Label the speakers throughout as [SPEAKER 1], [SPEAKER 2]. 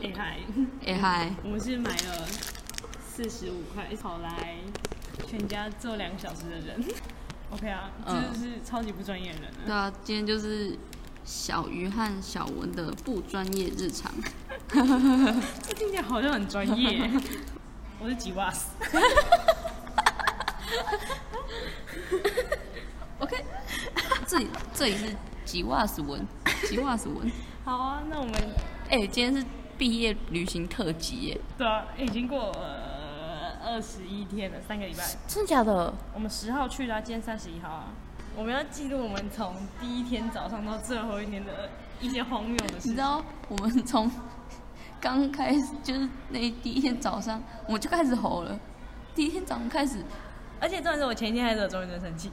[SPEAKER 1] 哎嗨，
[SPEAKER 2] 哎嗨，
[SPEAKER 1] 我们是买了四十五块跑来全家坐两个小时的人。OK 啊，这
[SPEAKER 2] 嗯
[SPEAKER 1] 就是超级不专业的人了。
[SPEAKER 2] 对啊，今天就是小鱼和小文的不专业日常。
[SPEAKER 1] 这听起来好像很专业。 我是吉瓦斯，
[SPEAKER 2] OK，这里这里是吉瓦斯 文，吉瓦斯文。
[SPEAKER 1] 好啊，那我们
[SPEAKER 2] 哎、今天是毕业旅行特辑耶，
[SPEAKER 1] 对啊，已经过呃二十一天了，三个礼拜。
[SPEAKER 2] 真的假的？
[SPEAKER 1] 我们十号去的啊、今天三十一号啊。我们要记录我们从第一天早上到最后一天的一些荒谬的
[SPEAKER 2] 你
[SPEAKER 1] 事
[SPEAKER 2] 知。道我们从 刚开始就是那第一天早上我们就开始吼了，第一天早上开始
[SPEAKER 1] 而且重点是我前一天还惹周云珍生气，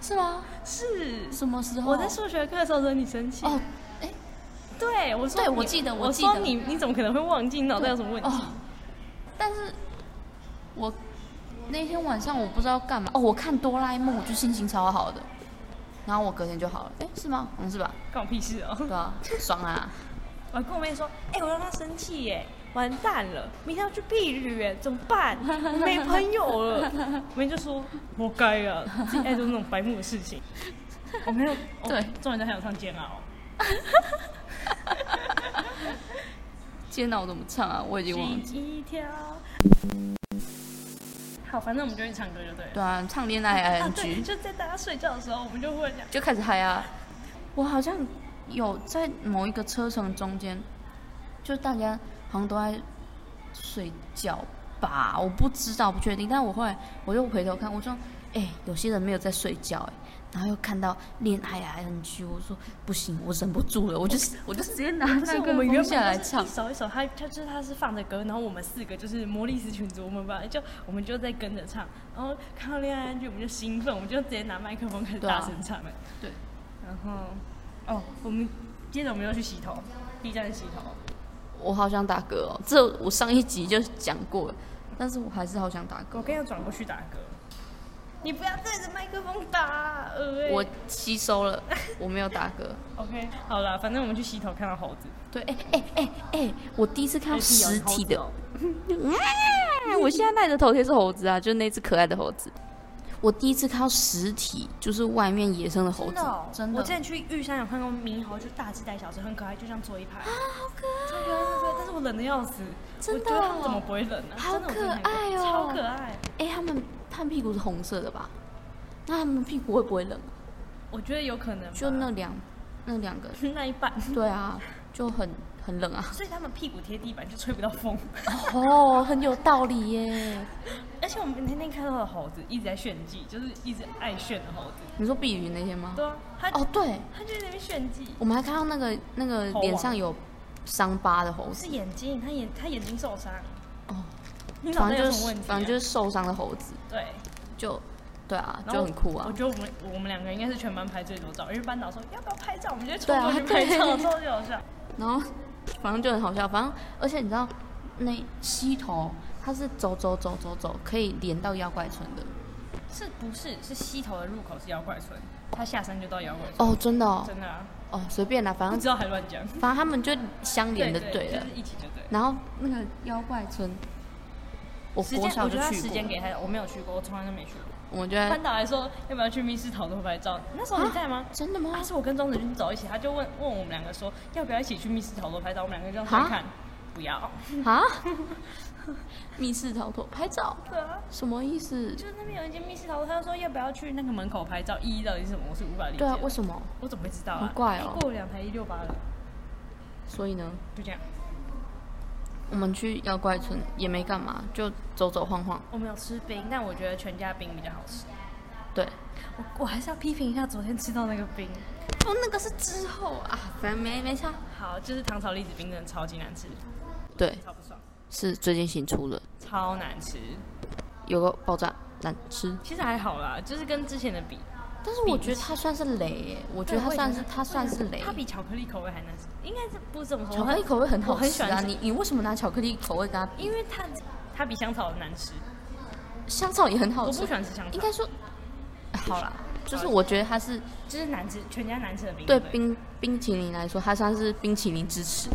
[SPEAKER 2] 是吗？
[SPEAKER 1] 是
[SPEAKER 2] 什么时候？
[SPEAKER 1] 我在数学课的时候惹你生气。
[SPEAKER 2] 哦，哎、
[SPEAKER 1] 对，我说
[SPEAKER 2] 对
[SPEAKER 1] 你
[SPEAKER 2] 我记得
[SPEAKER 1] 我
[SPEAKER 2] 我记得
[SPEAKER 1] 说你你怎么可能会忘记？你脑袋有什么问题？
[SPEAKER 2] 哦，但是我那天晚上我不知道干嘛哦，我看哆啦 A 梦，我就心情超好的，然后我隔天就好了。哎，是吗？嗯，是吧？
[SPEAKER 1] 关我屁事哦！
[SPEAKER 2] 对啊，爽啊！
[SPEAKER 1] 我还跟我妹
[SPEAKER 2] 哦
[SPEAKER 1] 说，哎、我让她生气耶，完蛋了，明天要去避旅耶，怎么 办？我没朋友了。我妹就说，活该啊，自己爱做那种白目的事 情。我没有，哦我
[SPEAKER 2] 对
[SPEAKER 1] 中人家还有唱煎熬，
[SPEAKER 2] 煎熬怎么唱啊？我已经忘了。
[SPEAKER 1] 一条。好，反正我们就去唱歌就对了。
[SPEAKER 2] 对啊，唱恋爱
[SPEAKER 1] 啊，对，
[SPEAKER 2] ing
[SPEAKER 1] 就在大家睡觉的时候，我们就会讲，
[SPEAKER 2] 就开始嗨啊！我好像有在某一个车程中间，就大家好像都在睡觉吧，我不知道，不确定。但我后来我又回头看，我说，哎、有些人没有在睡觉、哎，然后又看到恋爱 ing，我说不行，我忍不住了，我就我就直接拿
[SPEAKER 1] 不是
[SPEAKER 2] 啊那
[SPEAKER 1] 我
[SPEAKER 2] 个
[SPEAKER 1] 们原
[SPEAKER 2] 风
[SPEAKER 1] 本
[SPEAKER 2] 下来
[SPEAKER 1] 就是
[SPEAKER 2] 唱
[SPEAKER 1] 一，首一首，他他就是他是放着歌，然后我们四个就是魔力斯群组，我们把就我们就在跟着唱，然后看到恋爱剧我们就兴奋，我们就直接拿麦克风开始
[SPEAKER 2] 对啊
[SPEAKER 1] 大声唱了。
[SPEAKER 2] 对，
[SPEAKER 1] 然后哦，我们接着我们又去洗头，第一站是洗头，
[SPEAKER 2] 我好想打嗝哦，这我上一集就讲过了，但是我还是好想打嗝
[SPEAKER 1] 我，刚要转过去打嗝，你不要对着麦克风打，呃、欸，
[SPEAKER 2] 我吸收了，我没有打嗝。
[SPEAKER 1] OK 好了，反正我们去洗头看到猴子，
[SPEAKER 2] 对，哎哎哎哎，我第一次看到
[SPEAKER 1] 哎
[SPEAKER 2] 实
[SPEAKER 1] 有猴子
[SPEAKER 2] 体的
[SPEAKER 1] 哦，
[SPEAKER 2] 啊我现在戴的头贴是猴子啊，就是那只可爱的猴子。我第一次看到实体，就是外面野生的猴子，真的，
[SPEAKER 1] 哦我之前去玉山有看过猕猴，就大只带小只，很可爱，就像坐一排。啊，好可爱！超可
[SPEAKER 2] 哦
[SPEAKER 1] 爱，超可爱！但是我冷的要死，
[SPEAKER 2] 真
[SPEAKER 1] 我
[SPEAKER 2] 的哦
[SPEAKER 1] 觉得他们怎么不会冷呢、啊？
[SPEAKER 2] 好
[SPEAKER 1] 真的我真的很
[SPEAKER 2] 可爱哦
[SPEAKER 1] 超可爱！
[SPEAKER 2] 哎、他们他们屁股是红色的吧？那他们屁股会不会冷啊？
[SPEAKER 1] 我觉得有可能吧，
[SPEAKER 2] 就那两那两个，
[SPEAKER 1] 那一半，
[SPEAKER 2] 对啊，就很很冷啊。
[SPEAKER 1] 所以他们屁股贴地板就吹不到风。
[SPEAKER 2] 哦，很有道理耶。
[SPEAKER 1] 而且我们那天看到的猴子一直在炫技，就是一直爱炫的猴子。
[SPEAKER 2] 你说避雨那天吗？
[SPEAKER 1] 对啊，他、
[SPEAKER 2] 哦，对，
[SPEAKER 1] 他就在那边炫技，
[SPEAKER 2] 我们还看到那个那个
[SPEAKER 1] 猴王
[SPEAKER 2] 脸上有伤疤的猴
[SPEAKER 1] 不
[SPEAKER 2] 子，
[SPEAKER 1] 是眼睛，他眼他眼睛受伤。
[SPEAKER 2] 哦，
[SPEAKER 1] 你脑
[SPEAKER 2] 反
[SPEAKER 1] 袋
[SPEAKER 2] 正
[SPEAKER 1] 有
[SPEAKER 2] 就
[SPEAKER 1] 什么
[SPEAKER 2] 是
[SPEAKER 1] 问题、啊？
[SPEAKER 2] 反正就是受伤的猴子。
[SPEAKER 1] 对。
[SPEAKER 2] 就对啊，
[SPEAKER 1] 然后
[SPEAKER 2] 就很酷啊
[SPEAKER 1] 我。觉得我们我们两个应该是全班拍最多照，因为班导说要不要拍照，我们就
[SPEAKER 2] 对
[SPEAKER 1] 冲
[SPEAKER 2] 啊
[SPEAKER 1] 过去拍照，
[SPEAKER 2] 对
[SPEAKER 1] 超级好笑。
[SPEAKER 2] 然后反正就很好笑，反正而且你知道那溪头它是走走走走走可以连到妖怪村的
[SPEAKER 1] 是不是是西头的入口是妖怪村？他下山就到妖怪村，
[SPEAKER 2] 哦，真的哦
[SPEAKER 1] 真的啊，
[SPEAKER 2] 哦随便啦，反
[SPEAKER 1] 不
[SPEAKER 2] 正
[SPEAKER 1] 知道还乱讲。
[SPEAKER 2] 反正他们就相连的啊
[SPEAKER 1] 对，就
[SPEAKER 2] 了
[SPEAKER 1] 是。一起就对。
[SPEAKER 2] 然后那个妖怪村，我
[SPEAKER 1] 时
[SPEAKER 2] 国
[SPEAKER 1] 间
[SPEAKER 2] 小
[SPEAKER 1] 我
[SPEAKER 2] 就
[SPEAKER 1] 觉得他
[SPEAKER 2] 去哎
[SPEAKER 1] 时间
[SPEAKER 2] 过，
[SPEAKER 1] 给他，我没有去过，我从来都没去过。
[SPEAKER 2] 我们就在
[SPEAKER 1] 班导还说要不要去密室逃脱拍照，那时候你在吗？
[SPEAKER 2] 真的吗
[SPEAKER 1] 啊，？是我跟庄子君走一起，他就问问我们两个说要不要一起去密室逃脱拍照，我们两个就这样
[SPEAKER 2] 啊
[SPEAKER 1] 看，不要。
[SPEAKER 2] 啊？ 密室逃脱拍照
[SPEAKER 1] 对啊，
[SPEAKER 2] 什么意思？
[SPEAKER 1] 就是那边有一间密室逃脱，他就说要不要去那个门口拍照，意义到底是什么？我是无法理解
[SPEAKER 2] 对
[SPEAKER 1] 的。
[SPEAKER 2] 啊，为什么？
[SPEAKER 1] 我怎么会知道啊？
[SPEAKER 2] 很怪哦
[SPEAKER 1] 哎过了两台一六八了，
[SPEAKER 2] 所以呢，
[SPEAKER 1] 就这样。
[SPEAKER 2] 我们去妖怪村也没干嘛，就走走晃晃。
[SPEAKER 1] 我没有吃冰，但我觉得全家冰比较好吃。
[SPEAKER 2] 对，
[SPEAKER 1] 我我还是要批评一下昨天吃到那个冰，
[SPEAKER 2] 哦，那个是之后啊，反正没没差。
[SPEAKER 1] 好，就是糖炒栗子冰真的超级难吃，
[SPEAKER 2] 对，
[SPEAKER 1] 超不爽，
[SPEAKER 2] 是最近新出的，
[SPEAKER 1] 超难吃。
[SPEAKER 2] 有个爆炸难吃。
[SPEAKER 1] 其实还好啦，就是跟之前的比，
[SPEAKER 2] 但是我觉得它算是雷耶，我觉得它算是它算是雷
[SPEAKER 1] 它。比巧克力口味还难吃，应该是不是这么说？
[SPEAKER 2] 巧克力口味很好
[SPEAKER 1] 我很喜
[SPEAKER 2] 吃啊，
[SPEAKER 1] 欢吃，
[SPEAKER 2] 你你为什么拿巧克力口味跟它比？
[SPEAKER 1] 因为它它比香草难吃，
[SPEAKER 2] 香草也很
[SPEAKER 1] 我
[SPEAKER 2] 好
[SPEAKER 1] 不
[SPEAKER 2] 吃
[SPEAKER 1] 喜，欢吃香
[SPEAKER 2] 应
[SPEAKER 1] 草，
[SPEAKER 2] 该说好啦，就是我觉得它是
[SPEAKER 1] 就是难吃，全家难吃的冰。
[SPEAKER 2] 对
[SPEAKER 1] 不
[SPEAKER 2] 冰冰淇淋来说，它算是冰淇淋支持。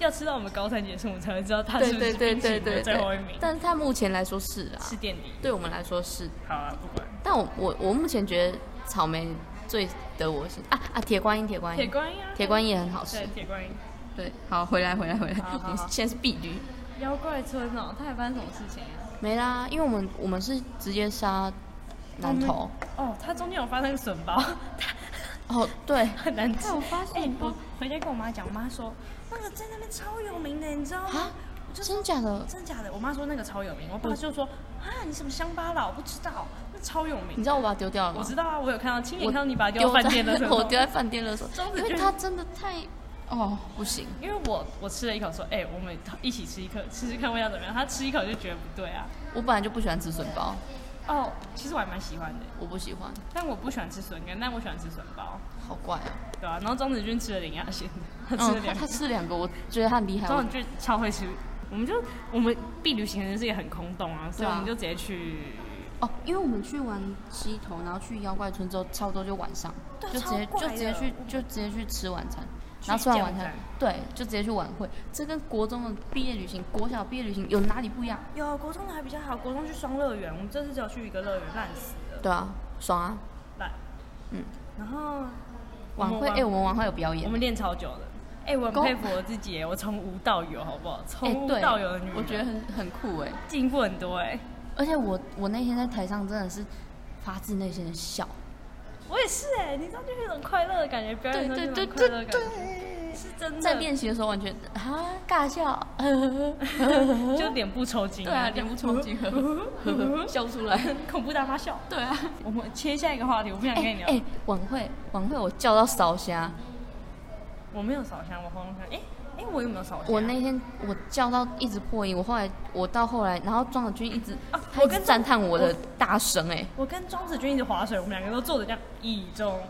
[SPEAKER 1] 要吃到我们高三结束，我们才会知道他
[SPEAKER 2] 对
[SPEAKER 1] 是不
[SPEAKER 2] 对
[SPEAKER 1] 是
[SPEAKER 2] 对
[SPEAKER 1] 冰淇
[SPEAKER 2] 对
[SPEAKER 1] 淋的
[SPEAKER 2] 对
[SPEAKER 1] 最后一
[SPEAKER 2] 对
[SPEAKER 1] 名。。
[SPEAKER 2] 但是他目前来说是啊，
[SPEAKER 1] 是垫底。
[SPEAKER 2] 对我们来说是。
[SPEAKER 1] 好啊，不管。
[SPEAKER 2] 但我我我目前觉得草莓最得我心啊啊！铁观音，铁观
[SPEAKER 1] 铁
[SPEAKER 2] 音，
[SPEAKER 1] 观音啊，
[SPEAKER 2] 铁观音也很好吃
[SPEAKER 1] 对。铁观音。
[SPEAKER 2] 对，好，回来回来回来
[SPEAKER 1] 好好好，
[SPEAKER 2] 现在是碧绿。
[SPEAKER 1] 妖怪村哦，它还发生什么事情啊？
[SPEAKER 2] 没啦，因为我们我们是直接杀南投。
[SPEAKER 1] 哦，它中间有发生笋包，
[SPEAKER 2] 哦，对，
[SPEAKER 1] 很难吃。
[SPEAKER 2] 它有发生
[SPEAKER 1] 哎
[SPEAKER 2] 笋包
[SPEAKER 1] 我回家跟我妈讲，我妈说那个在那边超有名的，你知道吗
[SPEAKER 2] 啊？嗯
[SPEAKER 1] 我就说
[SPEAKER 2] 真假的？
[SPEAKER 1] 真假的，我妈说那个超有名，我爸就说啊，你什么乡巴佬我不知道，那超有
[SPEAKER 2] 你
[SPEAKER 1] 名。
[SPEAKER 2] 知道我把它丢掉了吗？
[SPEAKER 1] 我知道啊，我有看到，亲眼
[SPEAKER 2] 嗯我
[SPEAKER 1] 看到你把它丢到
[SPEAKER 2] 丢
[SPEAKER 1] 饭店的
[SPEAKER 2] 在
[SPEAKER 1] 时候
[SPEAKER 2] 我，丢在饭店的时候，
[SPEAKER 1] 庄子
[SPEAKER 2] 因为
[SPEAKER 1] 君
[SPEAKER 2] 它真的太……哦，不行，
[SPEAKER 1] 因为我我吃了一口说，哎，我们一起吃一颗，吃吃看味道怎么样。他吃一口就觉得不对啊。
[SPEAKER 2] 我本来就不喜欢吃笋包，
[SPEAKER 1] 哦，其实我还蛮喜欢的，
[SPEAKER 2] 我不喜欢，
[SPEAKER 1] 但我不喜欢吃笋干，但我喜欢吃笋包，
[SPEAKER 2] 好怪哦。
[SPEAKER 1] 对啊，然后张子君吃了林亚贤，他吃了
[SPEAKER 2] 嗯，
[SPEAKER 1] 两
[SPEAKER 2] 他
[SPEAKER 1] 个，
[SPEAKER 2] 吃两个，我觉得他很厉害。
[SPEAKER 1] 张
[SPEAKER 2] 我
[SPEAKER 1] 子君超会吃。我们就我们避旅行程是也很空洞啊，所以
[SPEAKER 2] 对啊
[SPEAKER 1] 我们就直接去。
[SPEAKER 2] 哦，因为我们去完溪头，然后去妖怪村之后，差不多就晚上，
[SPEAKER 1] 对
[SPEAKER 2] 就直接
[SPEAKER 1] 超怪
[SPEAKER 2] 就
[SPEAKER 1] 的
[SPEAKER 2] 直接去
[SPEAKER 1] 我
[SPEAKER 2] 就直接去吃晚餐，
[SPEAKER 1] 去
[SPEAKER 2] 然后吃完晚
[SPEAKER 1] 加
[SPEAKER 2] 餐
[SPEAKER 1] 油站，
[SPEAKER 2] 对，就直接去晚会。这跟国中的毕业旅行、国小毕业旅行有哪里不一样？
[SPEAKER 1] 有国中的还比较好，国中去双乐园，我们这次只有去一个乐园，烂死了，
[SPEAKER 2] 对啊，爽啊！
[SPEAKER 1] 烂。
[SPEAKER 2] 嗯，
[SPEAKER 1] 然后我
[SPEAKER 2] 晚
[SPEAKER 1] 们
[SPEAKER 2] 会哎、我们晚会有表
[SPEAKER 1] 我
[SPEAKER 2] 演，
[SPEAKER 1] 们练超久的。哎、我很
[SPEAKER 2] 高
[SPEAKER 1] 佩服我自己耶，我从无到有，好不好？
[SPEAKER 2] 哎、
[SPEAKER 1] 从无
[SPEAKER 2] 对
[SPEAKER 1] 到有的女人，，
[SPEAKER 2] 我觉得很很酷哎、
[SPEAKER 1] 进步很多哎。
[SPEAKER 2] 而且我我那天在台上真的是发自内心的笑，
[SPEAKER 1] 我也是哎，你知道就是一种快乐的感觉，表演的时候就有一种快乐的感觉，是真的。
[SPEAKER 2] 在练习的时候完全啊尬笑， 呵呵呵
[SPEAKER 1] 就脸部抽筋，
[SPEAKER 2] 对啊，脸部抽筋，呵呵呵呵 笑不出来，
[SPEAKER 1] 恐怖大妈笑。
[SPEAKER 2] 对啊。
[SPEAKER 1] 我们切下一个话题，我不想
[SPEAKER 2] 哎
[SPEAKER 1] 跟你聊。
[SPEAKER 2] 哎、晚会晚会，我叫到烧虾，
[SPEAKER 1] 我没有烧香，我红红看，哎、哎、我有没有烧香？
[SPEAKER 2] 我那天我叫到一直破音，我后来我到后来，然后庄子君一直、
[SPEAKER 1] 啊
[SPEAKER 2] 他一
[SPEAKER 1] 我
[SPEAKER 2] 直
[SPEAKER 1] 跟
[SPEAKER 2] 赞叹我的大声哎、
[SPEAKER 1] 我跟庄子君一直划水，我们两个都坐着这样倚中，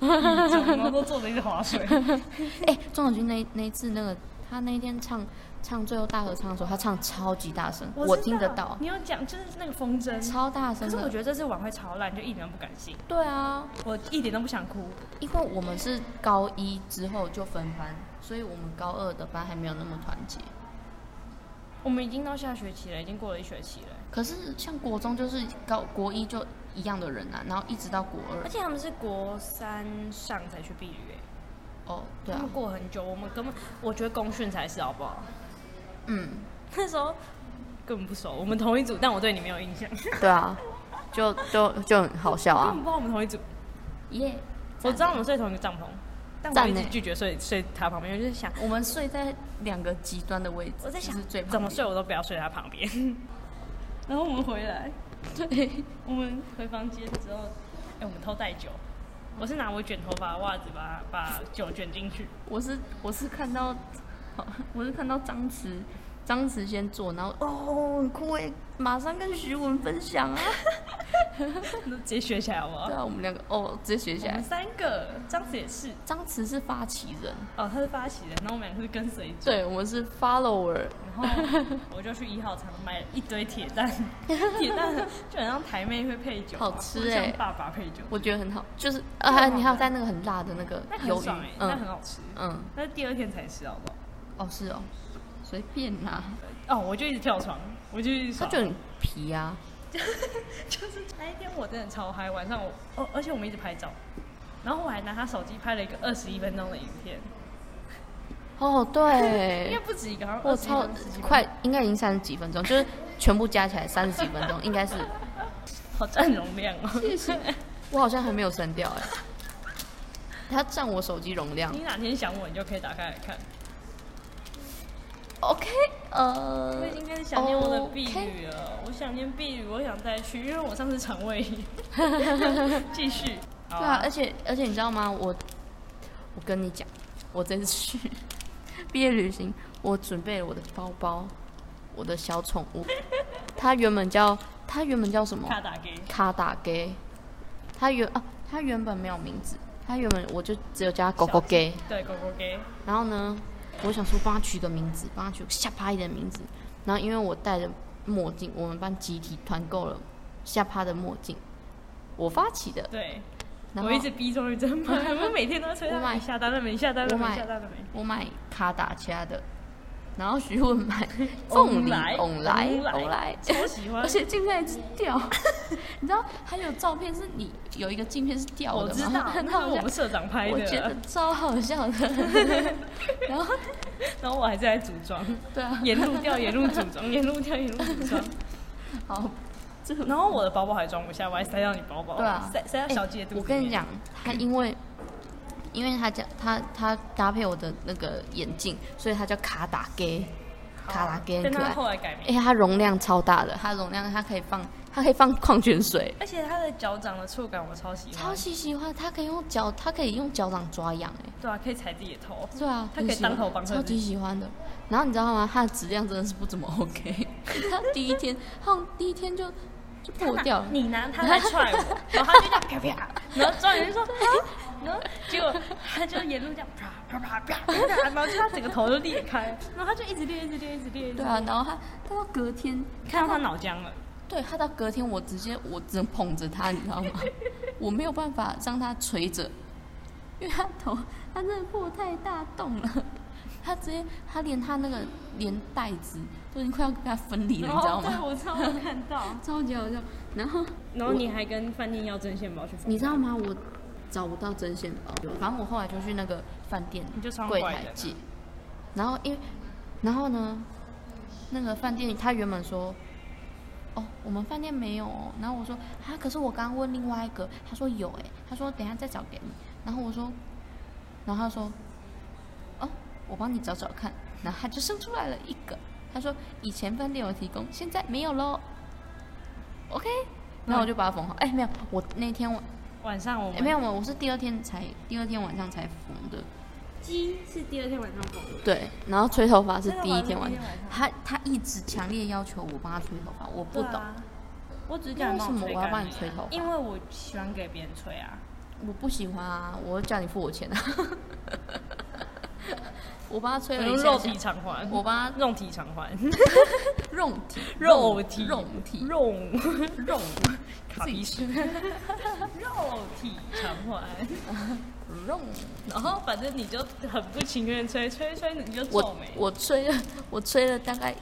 [SPEAKER 1] 倚中，然后都坐着一直划水。
[SPEAKER 2] 哎、庄子君那那一次那个他那一天唱唱最后大合唱的时候，他唱超级大声， 我
[SPEAKER 1] 知
[SPEAKER 2] 听得到，
[SPEAKER 1] 你有讲就是那个风筝。
[SPEAKER 2] 超大
[SPEAKER 1] 可
[SPEAKER 2] 声
[SPEAKER 1] 是我
[SPEAKER 2] 的。
[SPEAKER 1] 觉得这次晚会超烂，就一点都不感性，
[SPEAKER 2] 对啊，
[SPEAKER 1] 我一点都不想哭。
[SPEAKER 2] 因为我们是高一之后就分班，所以我们高二的班还没有那么团结。
[SPEAKER 1] 我们已经到下学期了，已经过了一学期了，
[SPEAKER 2] 可是像国中就是高国一就一样的人啊，然后一直到国二
[SPEAKER 1] 而。且他们是国三上才去避旅、欸，
[SPEAKER 2] 哦，对
[SPEAKER 1] 他
[SPEAKER 2] 啊
[SPEAKER 1] 们，过很久，我们根本我觉得公训才是好不好？
[SPEAKER 2] 嗯。
[SPEAKER 1] 那时候根本不熟，我们同一组，但我对你没有印象， 根
[SPEAKER 2] 对啊，就就就很好笑
[SPEAKER 1] 本
[SPEAKER 2] 啊
[SPEAKER 1] 不！知道我们同一组。
[SPEAKER 2] 耶、
[SPEAKER 1] 我知道我们睡同一个帐篷，但我
[SPEAKER 2] 赞
[SPEAKER 1] 一直
[SPEAKER 2] 欸
[SPEAKER 1] 拒绝睡睡他旁边，我就是想
[SPEAKER 2] 我们睡在两个极端的位置，
[SPEAKER 1] 我在想
[SPEAKER 2] 就是最旁
[SPEAKER 1] 怎么
[SPEAKER 2] 边
[SPEAKER 1] 睡我都不要睡他旁边。 然后我们回 来，
[SPEAKER 2] 对，
[SPEAKER 1] 我们回房间之后，哎、我们偷带酒。我是拿我卷头发的袜子把把酒卷进去，
[SPEAKER 2] 我是我是看到，好我是看到张弛，张弛先做，然后哦，很酷
[SPEAKER 1] 欸
[SPEAKER 2] 哎，马上跟徐文分享 啊！
[SPEAKER 1] 都直接学起来好不好
[SPEAKER 2] 对？啊，我们两个哦，直接学起
[SPEAKER 1] 我们
[SPEAKER 2] 来。
[SPEAKER 1] 三个，张子也是，
[SPEAKER 2] 张弛是发起人，
[SPEAKER 1] 哦，他是发起人，然后我们两个是跟随者。
[SPEAKER 2] 对我们是 follower，
[SPEAKER 1] 然后我就去一号厂买了一堆铁 蛋，铁蛋就很像台妹会配酒啊，
[SPEAKER 2] 好吃
[SPEAKER 1] 或者像
[SPEAKER 2] 欸
[SPEAKER 1] 爸爸配酒，
[SPEAKER 2] 我觉得很好，就是
[SPEAKER 1] 对
[SPEAKER 2] 啊，
[SPEAKER 1] 啊
[SPEAKER 2] 你还有在那个很辣的那个
[SPEAKER 1] 那很
[SPEAKER 2] 鱿
[SPEAKER 1] 爽哎、
[SPEAKER 2] 鱼，
[SPEAKER 1] 那很
[SPEAKER 2] 嗯
[SPEAKER 1] 好吃。
[SPEAKER 2] 嗯，
[SPEAKER 1] 那是第二天才吃，好不好？
[SPEAKER 2] 哦是哦，随便啦、
[SPEAKER 1] 哦，我就一直跳床，我就一直
[SPEAKER 2] 他
[SPEAKER 1] 爽
[SPEAKER 2] 就很皮啊，
[SPEAKER 1] 就是那一天我真的超嗨，晚上我哦，而且我们一直拍照，然后我还拿他手机拍了一个二十一分钟的影片，
[SPEAKER 2] 哦
[SPEAKER 1] 应
[SPEAKER 2] 对
[SPEAKER 1] 该，不止一个，好像
[SPEAKER 2] 我
[SPEAKER 1] 二十
[SPEAKER 2] 超快，应该已经三十几分钟，就是全部加起来三十几分钟，应 该是。
[SPEAKER 1] 好占容量哦。
[SPEAKER 2] 谢谢。我好像还没有删掉哎、它占我手机容量
[SPEAKER 1] 你。哪天想我，你就可以打开来看。
[SPEAKER 2] OK，呃，
[SPEAKER 1] 我已经开始想念我的婢
[SPEAKER 2] OK
[SPEAKER 1] 女了，我想念婢女，我想再去，因为我上次肠胃炎。 继续。好
[SPEAKER 2] 对啊，而且而且你知道吗？我我跟你讲，我这次去 毕业旅行，我准备了我的包包，我的小宠物，它原本叫它原本叫什么？
[SPEAKER 1] 卡打给
[SPEAKER 2] 卡打给，他原啊，他原本没有名字，他原本我就只有叫他狗狗给。
[SPEAKER 1] 对狗狗给，
[SPEAKER 2] 然后呢，我想说帮他取个名字，帮他取个下趴一点的名字。然后因为我戴着墨镜，我们班集体团购了下趴的墨镜，我发起的。
[SPEAKER 1] 对
[SPEAKER 2] 然后
[SPEAKER 1] 我一直逼终于 真买，我每天都催
[SPEAKER 2] 我
[SPEAKER 1] 他
[SPEAKER 2] 买
[SPEAKER 1] 你下单了没，下单了
[SPEAKER 2] 我
[SPEAKER 1] 没，
[SPEAKER 2] 买
[SPEAKER 1] 下单了没。
[SPEAKER 2] 我买卡打其他的，然后徐 文买凤
[SPEAKER 1] 凤
[SPEAKER 2] 梨
[SPEAKER 1] 来，
[SPEAKER 2] 藕来
[SPEAKER 1] 凤
[SPEAKER 2] 藕来，
[SPEAKER 1] 超喜 欢，
[SPEAKER 2] 而且竟然一直掉， 你知道还有照片是你有一个镜片是掉的吗？
[SPEAKER 1] 我 知道，那
[SPEAKER 2] 好
[SPEAKER 1] 是我
[SPEAKER 2] 像
[SPEAKER 1] 们社长拍
[SPEAKER 2] 我觉得
[SPEAKER 1] 的，
[SPEAKER 2] 超好 笑的。然后
[SPEAKER 1] 然后我还在组 装，
[SPEAKER 2] 对啊，
[SPEAKER 1] 沿路掉，沿路组装，沿路掉，沿路组装。
[SPEAKER 2] 好， 这个
[SPEAKER 1] 然后我的包包还装不下，我还塞到你包包，
[SPEAKER 2] 对啊
[SPEAKER 1] 塞塞到
[SPEAKER 2] 哎
[SPEAKER 1] 小姐的肚子。
[SPEAKER 2] 我跟你，讲，他因为因为他叫他他搭配我的那个眼镜，所以他叫卡打给卡打给很
[SPEAKER 1] 哦但
[SPEAKER 2] 可
[SPEAKER 1] 他
[SPEAKER 2] 爱。
[SPEAKER 1] 后来改名，
[SPEAKER 2] 哎、它容量超大的，它容量它可以放，它可以放矿泉水，
[SPEAKER 1] 而且它的脚掌的触感我超喜
[SPEAKER 2] 超
[SPEAKER 1] 欢，
[SPEAKER 2] 级喜欢。它可以用脚，它可以用脚掌抓痒、哎。
[SPEAKER 1] 对啊，可以踩自己的头，
[SPEAKER 2] 对啊，
[SPEAKER 1] 它可以
[SPEAKER 2] 很喜欢
[SPEAKER 1] 当头棒喝
[SPEAKER 2] 超级喜欢的。然后你知道吗？它的质量真的是不怎么 OK。它第一天，它第一天就就破掉了
[SPEAKER 1] 他拿。你拿它来踹我，然后它就这样啪啪， 然后庄园就说啊，然后结果它就沿路这样啪啪啪啪啪，啪然后就它整个头都裂开，然后它就一直裂，一直裂，一直裂，一直裂，
[SPEAKER 2] 对啊，然后它它到隔天，
[SPEAKER 1] 看到它脑浆了，
[SPEAKER 2] 对它到隔天，我直接我只能捧着它，你知道 吗？我没有办法让它垂着，因为它头它真的破太大洞了。它直接，它连它那个连带子都已经快要被它分离了，
[SPEAKER 1] 然
[SPEAKER 2] 你知道
[SPEAKER 1] 哦后对
[SPEAKER 2] 吗？
[SPEAKER 1] 我知道我看到，
[SPEAKER 2] 超级好笑。然后
[SPEAKER 1] 然后你还跟饭店要针线包去缝，
[SPEAKER 2] 你知道吗？我找不到针线包，反正我后来就去那个饭店
[SPEAKER 1] 你就穿
[SPEAKER 2] 柜
[SPEAKER 1] 坏
[SPEAKER 2] 台
[SPEAKER 1] 的
[SPEAKER 2] 借，然后因为，然后呢，那个饭店他原本说，哦，我们饭店没有、哦，然后我说啊，可是我刚问另外一个，他说有哎、他说等一下再找给你，然后我说，然后他说，哦，我帮你找找看，然后他就生出来了一个，他说以前饭店有提供，现在没有喽，OK，然后我就把它缝好，哎、没有，我那天我
[SPEAKER 1] 晚上我
[SPEAKER 2] 哎、
[SPEAKER 1] 们
[SPEAKER 2] 没有，我我是第二天才第二天晚上才缝的，
[SPEAKER 1] 鸡是第二天晚上缝的，
[SPEAKER 2] 对，然后吹头发是第一天
[SPEAKER 1] 吹头发
[SPEAKER 2] 晚
[SPEAKER 1] 是第一天
[SPEAKER 2] 上
[SPEAKER 1] 晚上，
[SPEAKER 2] 他他一直强烈要求我帮他吹头发，我不
[SPEAKER 1] 对
[SPEAKER 2] 懂，
[SPEAKER 1] 啊。我只是叫你帮
[SPEAKER 2] 为什么
[SPEAKER 1] 吹
[SPEAKER 2] 我要
[SPEAKER 1] 干
[SPEAKER 2] 帮你
[SPEAKER 1] 而已啊
[SPEAKER 2] 吹头发
[SPEAKER 1] 因为我喜欢给别人吹啊。
[SPEAKER 2] 我不喜欢啊，我叫你付我钱啊，我帮他吹
[SPEAKER 1] 我
[SPEAKER 2] 了
[SPEAKER 1] 用
[SPEAKER 2] 一
[SPEAKER 1] 肉
[SPEAKER 2] 下下
[SPEAKER 1] 体，偿还，
[SPEAKER 2] 我帮他
[SPEAKER 1] 肉体偿 还，
[SPEAKER 2] 肉体
[SPEAKER 1] 肉体
[SPEAKER 2] 肉体
[SPEAKER 1] 肉
[SPEAKER 2] 肉
[SPEAKER 1] 卡
[SPEAKER 2] 自己
[SPEAKER 1] 皮斯， 肉体偿还。
[SPEAKER 2] 肉，
[SPEAKER 1] 然后反正你就很不情愿吹吹吹，你就皱
[SPEAKER 2] 我
[SPEAKER 1] 眉，
[SPEAKER 2] 我吹了我吹了大概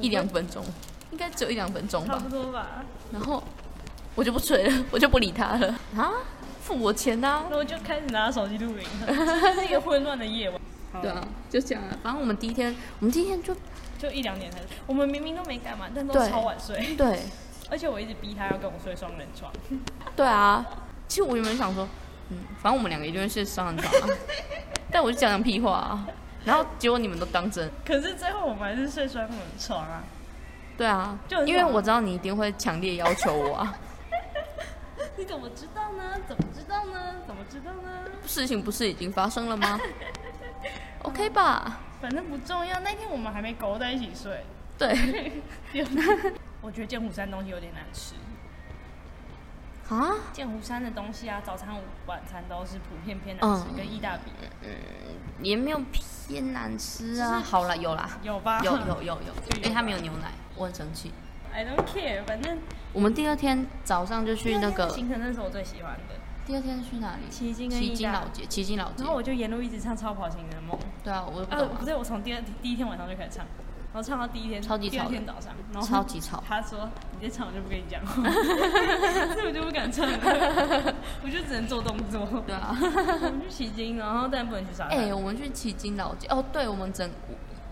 [SPEAKER 2] 一两分钟，应该只有一两分钟
[SPEAKER 1] 差
[SPEAKER 2] 吧
[SPEAKER 1] 不，多吧。
[SPEAKER 2] 然后我就不吹了，我就不理他了啊，付我钱呐、啊
[SPEAKER 1] 然。后我就开始拿手机录 影，这是一个混乱的夜晚。
[SPEAKER 2] 对啊，就这样啊。反正我们第一天，我们第一天就
[SPEAKER 1] 就一两点才睡，我们明明都没干嘛，但都
[SPEAKER 2] 对
[SPEAKER 1] 超晚睡，
[SPEAKER 2] 对
[SPEAKER 1] 而且我一直逼他要跟我睡双人床。
[SPEAKER 2] 对啊。其实我原本想说，嗯，反正我们两个一定会是商人 床、啊，但我就讲讲屁话啊。然后结果你们都当真，
[SPEAKER 1] 可是最后我们还是睡双人床啊。
[SPEAKER 2] 对啊
[SPEAKER 1] 就，很
[SPEAKER 2] 因为
[SPEAKER 1] 爽啊
[SPEAKER 2] 我知道你一定会强烈要求我 啊。
[SPEAKER 1] 你怎么知道呢？怎么知道呢？怎么知道呢？
[SPEAKER 2] 事情不是已经发生了 吗？OK 吧？
[SPEAKER 1] 反正不重要。那天我们还没勾在一起睡。
[SPEAKER 2] 对
[SPEAKER 1] 我觉得剑湖山东西有点难吃。
[SPEAKER 2] 啊，
[SPEAKER 1] 剑湖山的东西啊，早餐、晚餐都是普遍偏难吃，
[SPEAKER 2] 嗯
[SPEAKER 1] 跟意大比
[SPEAKER 2] 也没有偏难吃啊。
[SPEAKER 1] 就是
[SPEAKER 2] 好了，有啦，
[SPEAKER 1] 有吧？
[SPEAKER 2] 有有有有，
[SPEAKER 1] 就有
[SPEAKER 2] 因为它
[SPEAKER 1] 吧
[SPEAKER 2] 没有牛奶，我很生气。
[SPEAKER 1] ，I don't care。反正
[SPEAKER 2] 我们第二天早上就去那
[SPEAKER 1] 第二天
[SPEAKER 2] 个
[SPEAKER 1] 的行程那是我最喜欢的。
[SPEAKER 2] 第二天去哪里？
[SPEAKER 1] 旗津跟
[SPEAKER 2] 旗
[SPEAKER 1] 义
[SPEAKER 2] 津
[SPEAKER 1] 大
[SPEAKER 2] 老街，旗津老街
[SPEAKER 1] 然。后我就沿路一直唱《超跑情人梦》
[SPEAKER 2] 对啊，我也不
[SPEAKER 1] 啊，
[SPEAKER 2] 懂啊
[SPEAKER 1] 不，对，我从第二第一天晚上就开始唱，然后唱到第一天，
[SPEAKER 2] 超级吵
[SPEAKER 1] 第二
[SPEAKER 2] 的
[SPEAKER 1] 天早上，然后
[SPEAKER 2] 超级 吵
[SPEAKER 1] 他说你再唱我就不跟你讲 话，所以我就不敢唱了，我就只能做动作。
[SPEAKER 2] 对啊。
[SPEAKER 1] 我们去骑鲸，然后但不能去沙滩。
[SPEAKER 2] 哎，我们去旗津老街，哦，对，我们整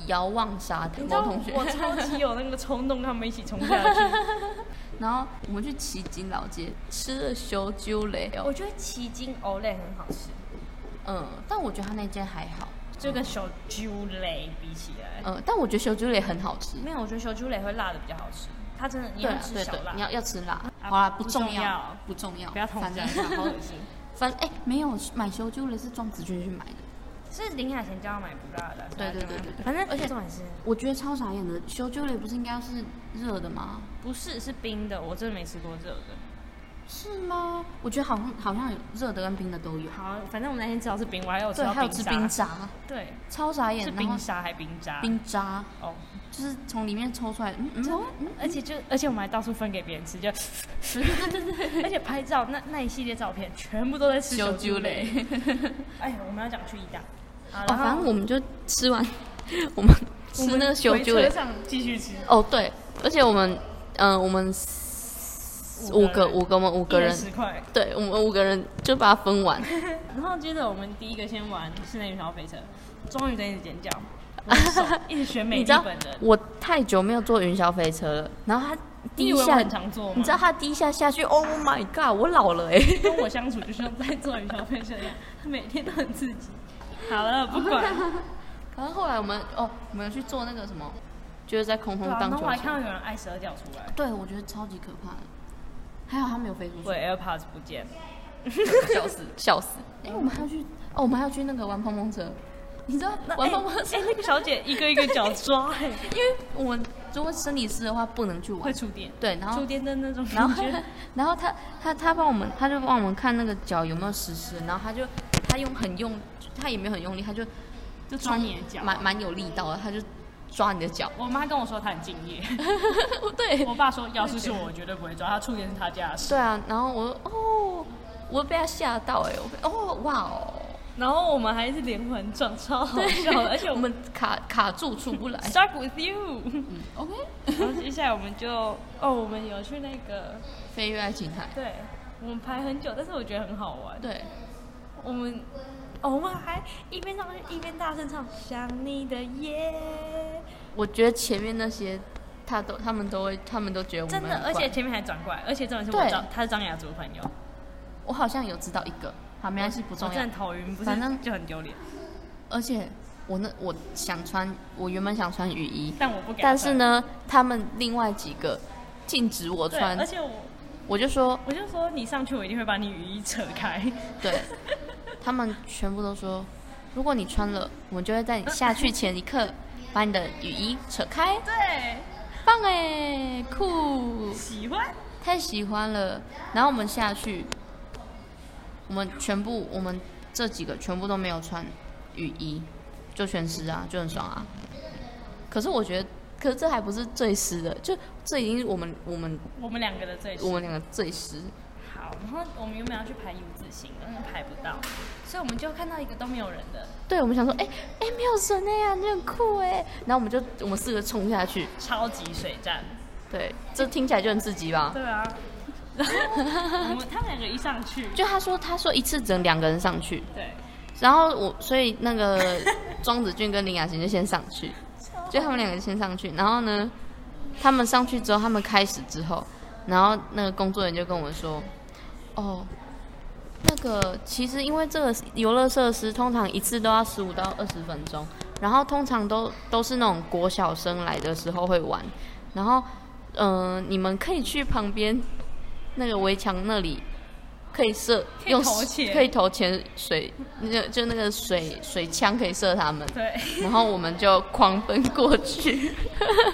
[SPEAKER 2] 遥望沙滩，
[SPEAKER 1] 你知
[SPEAKER 2] 我
[SPEAKER 1] 道
[SPEAKER 2] 同学。
[SPEAKER 1] 我超级有那个冲动，跟他们一起冲下去。
[SPEAKER 2] 然后我们去旗津老街吃了小酒嘞，
[SPEAKER 1] 我觉得奇经欧蕾很好吃，
[SPEAKER 2] 嗯，但我觉得他那间还好，
[SPEAKER 1] 就跟小酒蕾比起来，
[SPEAKER 2] 嗯，但我觉得小酒嘞很好吃。
[SPEAKER 1] 没有，我觉得小酒蕾会辣的比较好吃。它真的，你
[SPEAKER 2] 对
[SPEAKER 1] 要
[SPEAKER 2] 啊，
[SPEAKER 1] 吃
[SPEAKER 2] 对
[SPEAKER 1] 小
[SPEAKER 2] 对，
[SPEAKER 1] 辣，
[SPEAKER 2] 你要要吃辣，
[SPEAKER 1] 啊
[SPEAKER 2] 好啦，
[SPEAKER 1] 不
[SPEAKER 2] 重
[SPEAKER 1] 重要
[SPEAKER 2] 不重要，
[SPEAKER 1] 不要同
[SPEAKER 2] 反
[SPEAKER 1] 家
[SPEAKER 2] 正，
[SPEAKER 1] 好恶心。
[SPEAKER 2] 反正哎，没有买小酒嘞是庄子君去买的，
[SPEAKER 1] 是林海贤叫他买不辣的，
[SPEAKER 2] 对对对对对
[SPEAKER 1] 反正而且重点是
[SPEAKER 2] 我觉得超傻眼的，小酒嘞不是应该是热的吗？
[SPEAKER 1] 不是是冰的，我真的没吃过热的。
[SPEAKER 2] 是吗？我觉得好像好像有热的跟冰的都有。
[SPEAKER 1] 好，反正我们那天吃到是冰，我还有吃
[SPEAKER 2] 对，
[SPEAKER 1] 到
[SPEAKER 2] 还有吃
[SPEAKER 1] 沙
[SPEAKER 2] 冰渣，
[SPEAKER 1] 对，
[SPEAKER 2] 超傻眼
[SPEAKER 1] 是，
[SPEAKER 2] 然后
[SPEAKER 1] 冰沙还冰渣，
[SPEAKER 2] 冰渣
[SPEAKER 1] 哦，
[SPEAKER 2] 就是从里面抽出来，嗯嗯
[SPEAKER 1] 就
[SPEAKER 2] 嗯，
[SPEAKER 1] 而且就而且我们还到处分给别人吃，就， 而且拍照那那一系列照片全部都在吃小猪
[SPEAKER 2] 嘞
[SPEAKER 1] 嘞。。 哎，我们要讲去意大，好，
[SPEAKER 2] 哦，
[SPEAKER 1] 然后
[SPEAKER 2] 反正我们就吃完，我们
[SPEAKER 1] 我
[SPEAKER 2] 吃
[SPEAKER 1] 们
[SPEAKER 2] 那个修
[SPEAKER 1] 回
[SPEAKER 2] 猪
[SPEAKER 1] 车
[SPEAKER 2] 的。
[SPEAKER 1] 上继续吃，
[SPEAKER 2] 哦，对，而且我们，嗯、我们五个五个我们五个人，
[SPEAKER 1] 十块。
[SPEAKER 2] 对，我们五个人就把它 分完。
[SPEAKER 1] 然后接着我们第一个先玩室内云霄飞车，终于在一直尖 叫，我的手一直选美
[SPEAKER 2] 你
[SPEAKER 1] 日
[SPEAKER 2] 知道
[SPEAKER 1] 本人。
[SPEAKER 2] 我太久没有坐云霄飞车了，然后他
[SPEAKER 1] 你
[SPEAKER 2] 第
[SPEAKER 1] 以
[SPEAKER 2] 一
[SPEAKER 1] 为我
[SPEAKER 2] 下，
[SPEAKER 1] 很
[SPEAKER 2] 你
[SPEAKER 1] 常做吗？
[SPEAKER 2] 知道他第一下下去，Oh my god，我老了哎、
[SPEAKER 1] 跟我相处就像在做云霄飞车一样，每天都很刺激。好 了，不管。
[SPEAKER 2] 可是后来我们哦，我们有去做那个什么，就是在空中
[SPEAKER 1] 对啊
[SPEAKER 2] 荡
[SPEAKER 1] 然后
[SPEAKER 2] 秋
[SPEAKER 1] 我还
[SPEAKER 2] 千
[SPEAKER 1] 看。到有人爱蛇脚出来，
[SPEAKER 2] 对，我觉得超级可怕的。还好他没有飞出
[SPEAKER 1] 我
[SPEAKER 2] 去，
[SPEAKER 1] AirPods 不 见了。
[SPEAKER 2] 笑死 笑死。哎、我们还要去哦，我们还要去那个玩碰碰车，你知道
[SPEAKER 1] 那
[SPEAKER 2] 玩
[SPEAKER 1] 哎
[SPEAKER 2] 碰碰车，
[SPEAKER 1] 哎、那个小姐一个一个脚抓、哎，
[SPEAKER 2] 因为我们如果生理师的话不能去
[SPEAKER 1] 会
[SPEAKER 2] 玩。
[SPEAKER 1] 触电，
[SPEAKER 2] 对，然后
[SPEAKER 1] 触电的那种
[SPEAKER 2] 然
[SPEAKER 1] 感
[SPEAKER 2] 后
[SPEAKER 1] 觉。
[SPEAKER 2] 然后他他他帮我们，他就帮我们看那个脚有没有湿湿，然后他就他用很用，他也没有很用力，他就
[SPEAKER 1] 就抓你的脚。
[SPEAKER 2] 蛮蛮有力道的，他就抓你的脚。
[SPEAKER 1] 我妈跟我说她很敬业，
[SPEAKER 2] 对
[SPEAKER 1] 我爸说要是是我，我绝对不会抓，她触电是她家的事。
[SPEAKER 2] 对啊，然后我说哦，我被他吓到哎、我被哦哇哦，
[SPEAKER 1] 然后我们还是连环撞，超好笑 的，而且我
[SPEAKER 2] 我
[SPEAKER 1] 们
[SPEAKER 2] 们卡卡住出不来。
[SPEAKER 1] stuck with you。
[SPEAKER 2] 嗯，OK，
[SPEAKER 1] 然后接下来我们就哦，我们有去那个，
[SPEAKER 2] 飞跃爱琴海，
[SPEAKER 1] 对我们排很久，但是我觉得很好玩。
[SPEAKER 2] 对，
[SPEAKER 1] 我们，哦，我们还一边上去一边大声唱《想你的夜
[SPEAKER 2] 我觉得前面那些他都他们都会，他们都觉得》，我们
[SPEAKER 1] 真的，
[SPEAKER 2] 很
[SPEAKER 1] 而且
[SPEAKER 2] 怪
[SPEAKER 1] 前面还转过来，而且重点是我
[SPEAKER 2] 对
[SPEAKER 1] 张他是张雅竹的朋友，
[SPEAKER 2] 我好像有知道一个，好，没关系，不
[SPEAKER 1] 我
[SPEAKER 2] 重
[SPEAKER 1] 真
[SPEAKER 2] 要
[SPEAKER 1] 的。头晕，不是，
[SPEAKER 2] 反正
[SPEAKER 1] 就很丢脸，
[SPEAKER 2] 而且我那我想穿，我原本想穿雨衣，
[SPEAKER 1] 但我不给。
[SPEAKER 2] 但是，呢，他们另外几个禁止我
[SPEAKER 1] 对，
[SPEAKER 2] 穿
[SPEAKER 1] 而，且我
[SPEAKER 2] 我就说
[SPEAKER 1] 我就说你上去，我一定会把你雨衣扯开。
[SPEAKER 2] 对，他们全部都说，如果你穿了，我们就会在你下去前一刻把你的雨衣扯开，
[SPEAKER 1] 对，
[SPEAKER 2] 棒哎、酷，
[SPEAKER 1] 喜欢，
[SPEAKER 2] 太喜欢了。然后我们下去，我们全部我们这几个全部都没有穿雨衣，就全湿啊，就很爽啊。可是我觉得，可是这还不是最湿的，就这已经是我们我们
[SPEAKER 1] 我们两个的最喜
[SPEAKER 2] 我们两个最湿。
[SPEAKER 1] 好，然后我们原本要去排 U 字形，但是嗯排不到，所以我们就看到一个都没有人的，
[SPEAKER 2] 对，我们想说，哎、哎、没有神哎、呀，你很酷哎、然后我们就我们四个冲下去，
[SPEAKER 1] 超级水站。
[SPEAKER 2] 对，这听起来就很刺激吧？
[SPEAKER 1] 对啊，然后我们他们两个一上去，
[SPEAKER 2] 就他说，他说一次只能两个人上去，
[SPEAKER 1] 对，
[SPEAKER 2] 然后我所以那个庄子俊跟林雅琴就先上去，就他们两个先上去，然后呢，他们上去之后，他们开始之后，然后那个工作人员就跟我们说，哦，那个其实因为这个游乐设施通常一次都要十五到二十分钟，然后通常都都是那种国小生来的时候会玩，然后嗯、呃你们可以去旁边那个围墙那里。可以射，
[SPEAKER 1] 可以
[SPEAKER 2] 用
[SPEAKER 1] 投
[SPEAKER 2] 水
[SPEAKER 1] 钱
[SPEAKER 2] 可以投潜水，那个就那个水水枪可以射他们，
[SPEAKER 1] 对，
[SPEAKER 2] 然后我们就狂奔过去，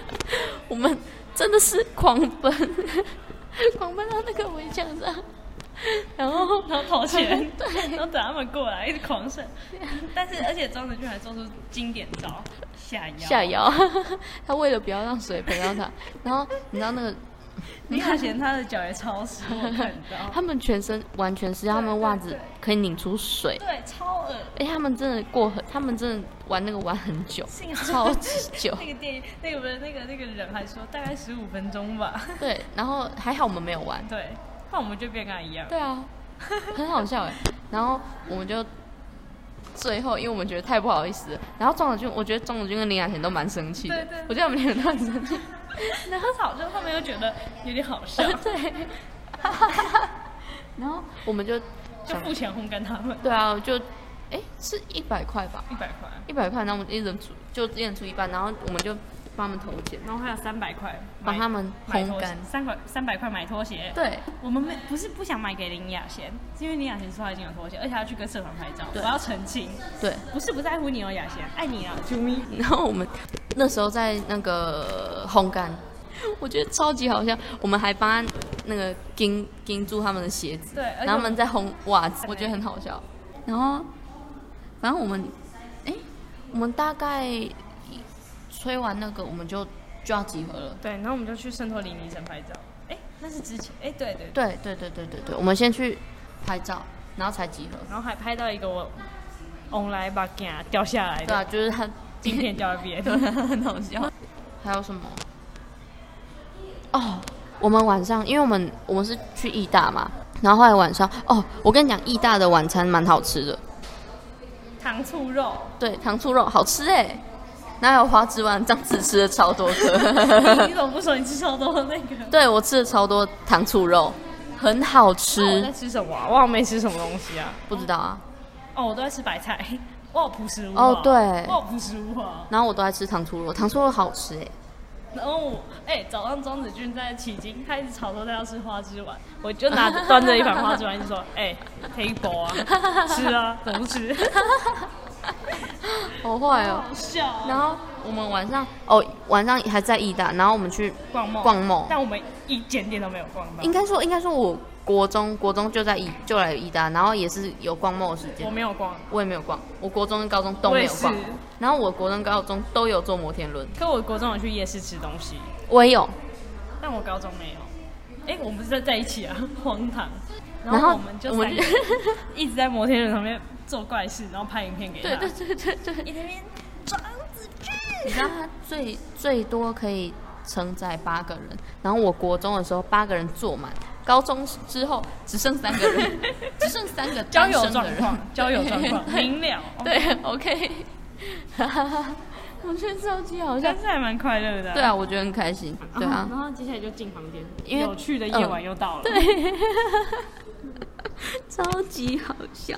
[SPEAKER 2] 我们真的是狂奔， 狂奔到那个围墙上，然后，
[SPEAKER 1] 然后投钱
[SPEAKER 2] 对
[SPEAKER 1] 然后等他们过来一直狂射，但是而且庄子俊还做出经典招下腰，
[SPEAKER 2] 下，摇， 他为了不要让水陪到他，然后你知道那个
[SPEAKER 1] 李亚贤他的脚也超湿，我看到，
[SPEAKER 2] 他们全身完全是他们袜
[SPEAKER 1] 对
[SPEAKER 2] 子
[SPEAKER 1] 对
[SPEAKER 2] 可以拧出水，
[SPEAKER 1] 对，超恶
[SPEAKER 2] 哎，他们真的过很，他们真的玩那个玩很久，
[SPEAKER 1] 幸好
[SPEAKER 2] 超级久，
[SPEAKER 1] 啊 那个电影，那个不是那个那个人还说大概十五分钟吧，
[SPEAKER 2] 对，然后还好我们没有玩。
[SPEAKER 1] 对，那我们就变跟他一 样，
[SPEAKER 2] 对啊， 很好笑哎。然后我们就最后，因为我们觉得太不好意思了，然后庄子君，我觉得庄子君跟林雅贤都蛮生气的，
[SPEAKER 1] 对对
[SPEAKER 2] 我觉得我们两个都很生 气。
[SPEAKER 1] 然后好像他们又觉得有点好笑，
[SPEAKER 2] 对，然后我们就
[SPEAKER 1] 就
[SPEAKER 2] 想，
[SPEAKER 1] 付钱烘干他们
[SPEAKER 2] 对啊，就哎是一百块吧，
[SPEAKER 1] 一百块，
[SPEAKER 2] 一百块，然后我们一人出就一人出一半，然后我们就帮他们投钱，
[SPEAKER 1] 然后还有三百块
[SPEAKER 2] 帮他们
[SPEAKER 1] 买拖
[SPEAKER 2] 烘干
[SPEAKER 1] 鞋，三块三百块买拖鞋，
[SPEAKER 2] 对。
[SPEAKER 1] 我们没不是不想买给林雅贤，是因为林雅贤说她已经有拖鞋，而且她要去跟社团拍照。我
[SPEAKER 2] 对
[SPEAKER 1] 要澄清，
[SPEAKER 2] 对，
[SPEAKER 1] 不是不在乎你哦，雅贤，爱你啊，to me。
[SPEAKER 2] 然后我们那时候在那个烘干，我觉得超级好笑。我们还帮他那个钉钉住他们的鞋子，
[SPEAKER 1] 对而且
[SPEAKER 2] 然后他们在烘袜子，
[SPEAKER 1] 对
[SPEAKER 2] 我觉得很好笑。然后，反正我们，哎，我们大概吹完那个，我们就就要集合了。
[SPEAKER 1] 对，然后我们就去圣托里尼城拍照。哎、那是之前，哎、对对对，
[SPEAKER 2] 对对对对对对，我们先去拍照，然后才集合。
[SPEAKER 1] 然后还拍到一个我，on 来把镜掉下来
[SPEAKER 2] 对
[SPEAKER 1] 的，
[SPEAKER 2] 啊，就是他
[SPEAKER 1] 镜片掉在 别
[SPEAKER 2] 对，
[SPEAKER 1] 人。
[SPEAKER 2] 很好笑。还有什么？哦，我们晚上，因为我们我们是去义大嘛，然后后来晚上，哦，我跟你讲，义大的晚餐蛮好吃的，
[SPEAKER 1] 糖醋肉，
[SPEAKER 2] 对，糖醋肉好吃哎，然后还有花枝丸，这样子吃了超多
[SPEAKER 1] 你
[SPEAKER 2] 颗，
[SPEAKER 1] 怎么不说你吃超多的那个？
[SPEAKER 2] 对我吃了超多糖醋肉，很好
[SPEAKER 1] 那我在
[SPEAKER 2] 吃，
[SPEAKER 1] 吃什么啊？我好像没吃什么东西啊。
[SPEAKER 2] 不知道啊，
[SPEAKER 1] 哦，我都在吃白菜。 我有朴实无华。
[SPEAKER 2] 哦对
[SPEAKER 1] 啊我有朴实无华。
[SPEAKER 2] 然后我都爱吃糖醋肉，糖醋肉好吃哎，
[SPEAKER 1] 啊然后我哎、早上庄子君在起经，他一直吵说他要吃花枝丸，我就拿着端着一盘花枝丸就说：“哎、可以包 啊，吃啊，怎么不吃？
[SPEAKER 2] 好坏哦。
[SPEAKER 1] 好笑、啊。”
[SPEAKER 2] 然后我们晚上哦，晚上还在义大，然后我们去
[SPEAKER 1] 逛梦，
[SPEAKER 2] 逛梦
[SPEAKER 1] 但我们一间店都没有逛到
[SPEAKER 2] 应。该说，应该说，我国中国中就在宜就来宜大，然后也是有逛 mall 的时
[SPEAKER 1] 我
[SPEAKER 2] 间，
[SPEAKER 1] 没有逛，
[SPEAKER 2] 我也没有逛，我国中跟高中
[SPEAKER 1] 哦
[SPEAKER 2] 都
[SPEAKER 1] 我
[SPEAKER 2] 没
[SPEAKER 1] 也
[SPEAKER 2] 有
[SPEAKER 1] 是
[SPEAKER 2] 逛，。然后我国中高中都有坐摩天轮，
[SPEAKER 1] 可我国中有去夜市吃东西，
[SPEAKER 2] 我也有，
[SPEAKER 1] 但我高中没有。哎、我们不是在在一起啊， 荒唐。
[SPEAKER 2] 然
[SPEAKER 1] 后
[SPEAKER 2] 后
[SPEAKER 1] 我们就
[SPEAKER 2] 我们
[SPEAKER 1] 三 个人一直在摩天轮旁边做怪事，然后拍影片给他。
[SPEAKER 2] 对对对对对，
[SPEAKER 1] 一直在那边庄子君。
[SPEAKER 2] 你知道它最最多可以承载八个人，然后我国中的时候八个人坐满，高中之后只剩三 个人，只剩三个
[SPEAKER 1] 交
[SPEAKER 2] 单
[SPEAKER 1] 友
[SPEAKER 2] 身
[SPEAKER 1] 状
[SPEAKER 2] 的人
[SPEAKER 1] 况，交友状况明了。哦
[SPEAKER 2] 对，OK，我觉得超级好笑
[SPEAKER 1] 但。是还蛮快乐的、
[SPEAKER 2] 对，啊，我觉得很开心。对啊，
[SPEAKER 1] 然后接下来就进房间，
[SPEAKER 2] 因为嗯
[SPEAKER 1] 有趣的夜晚又到了。
[SPEAKER 2] 对，超级好笑。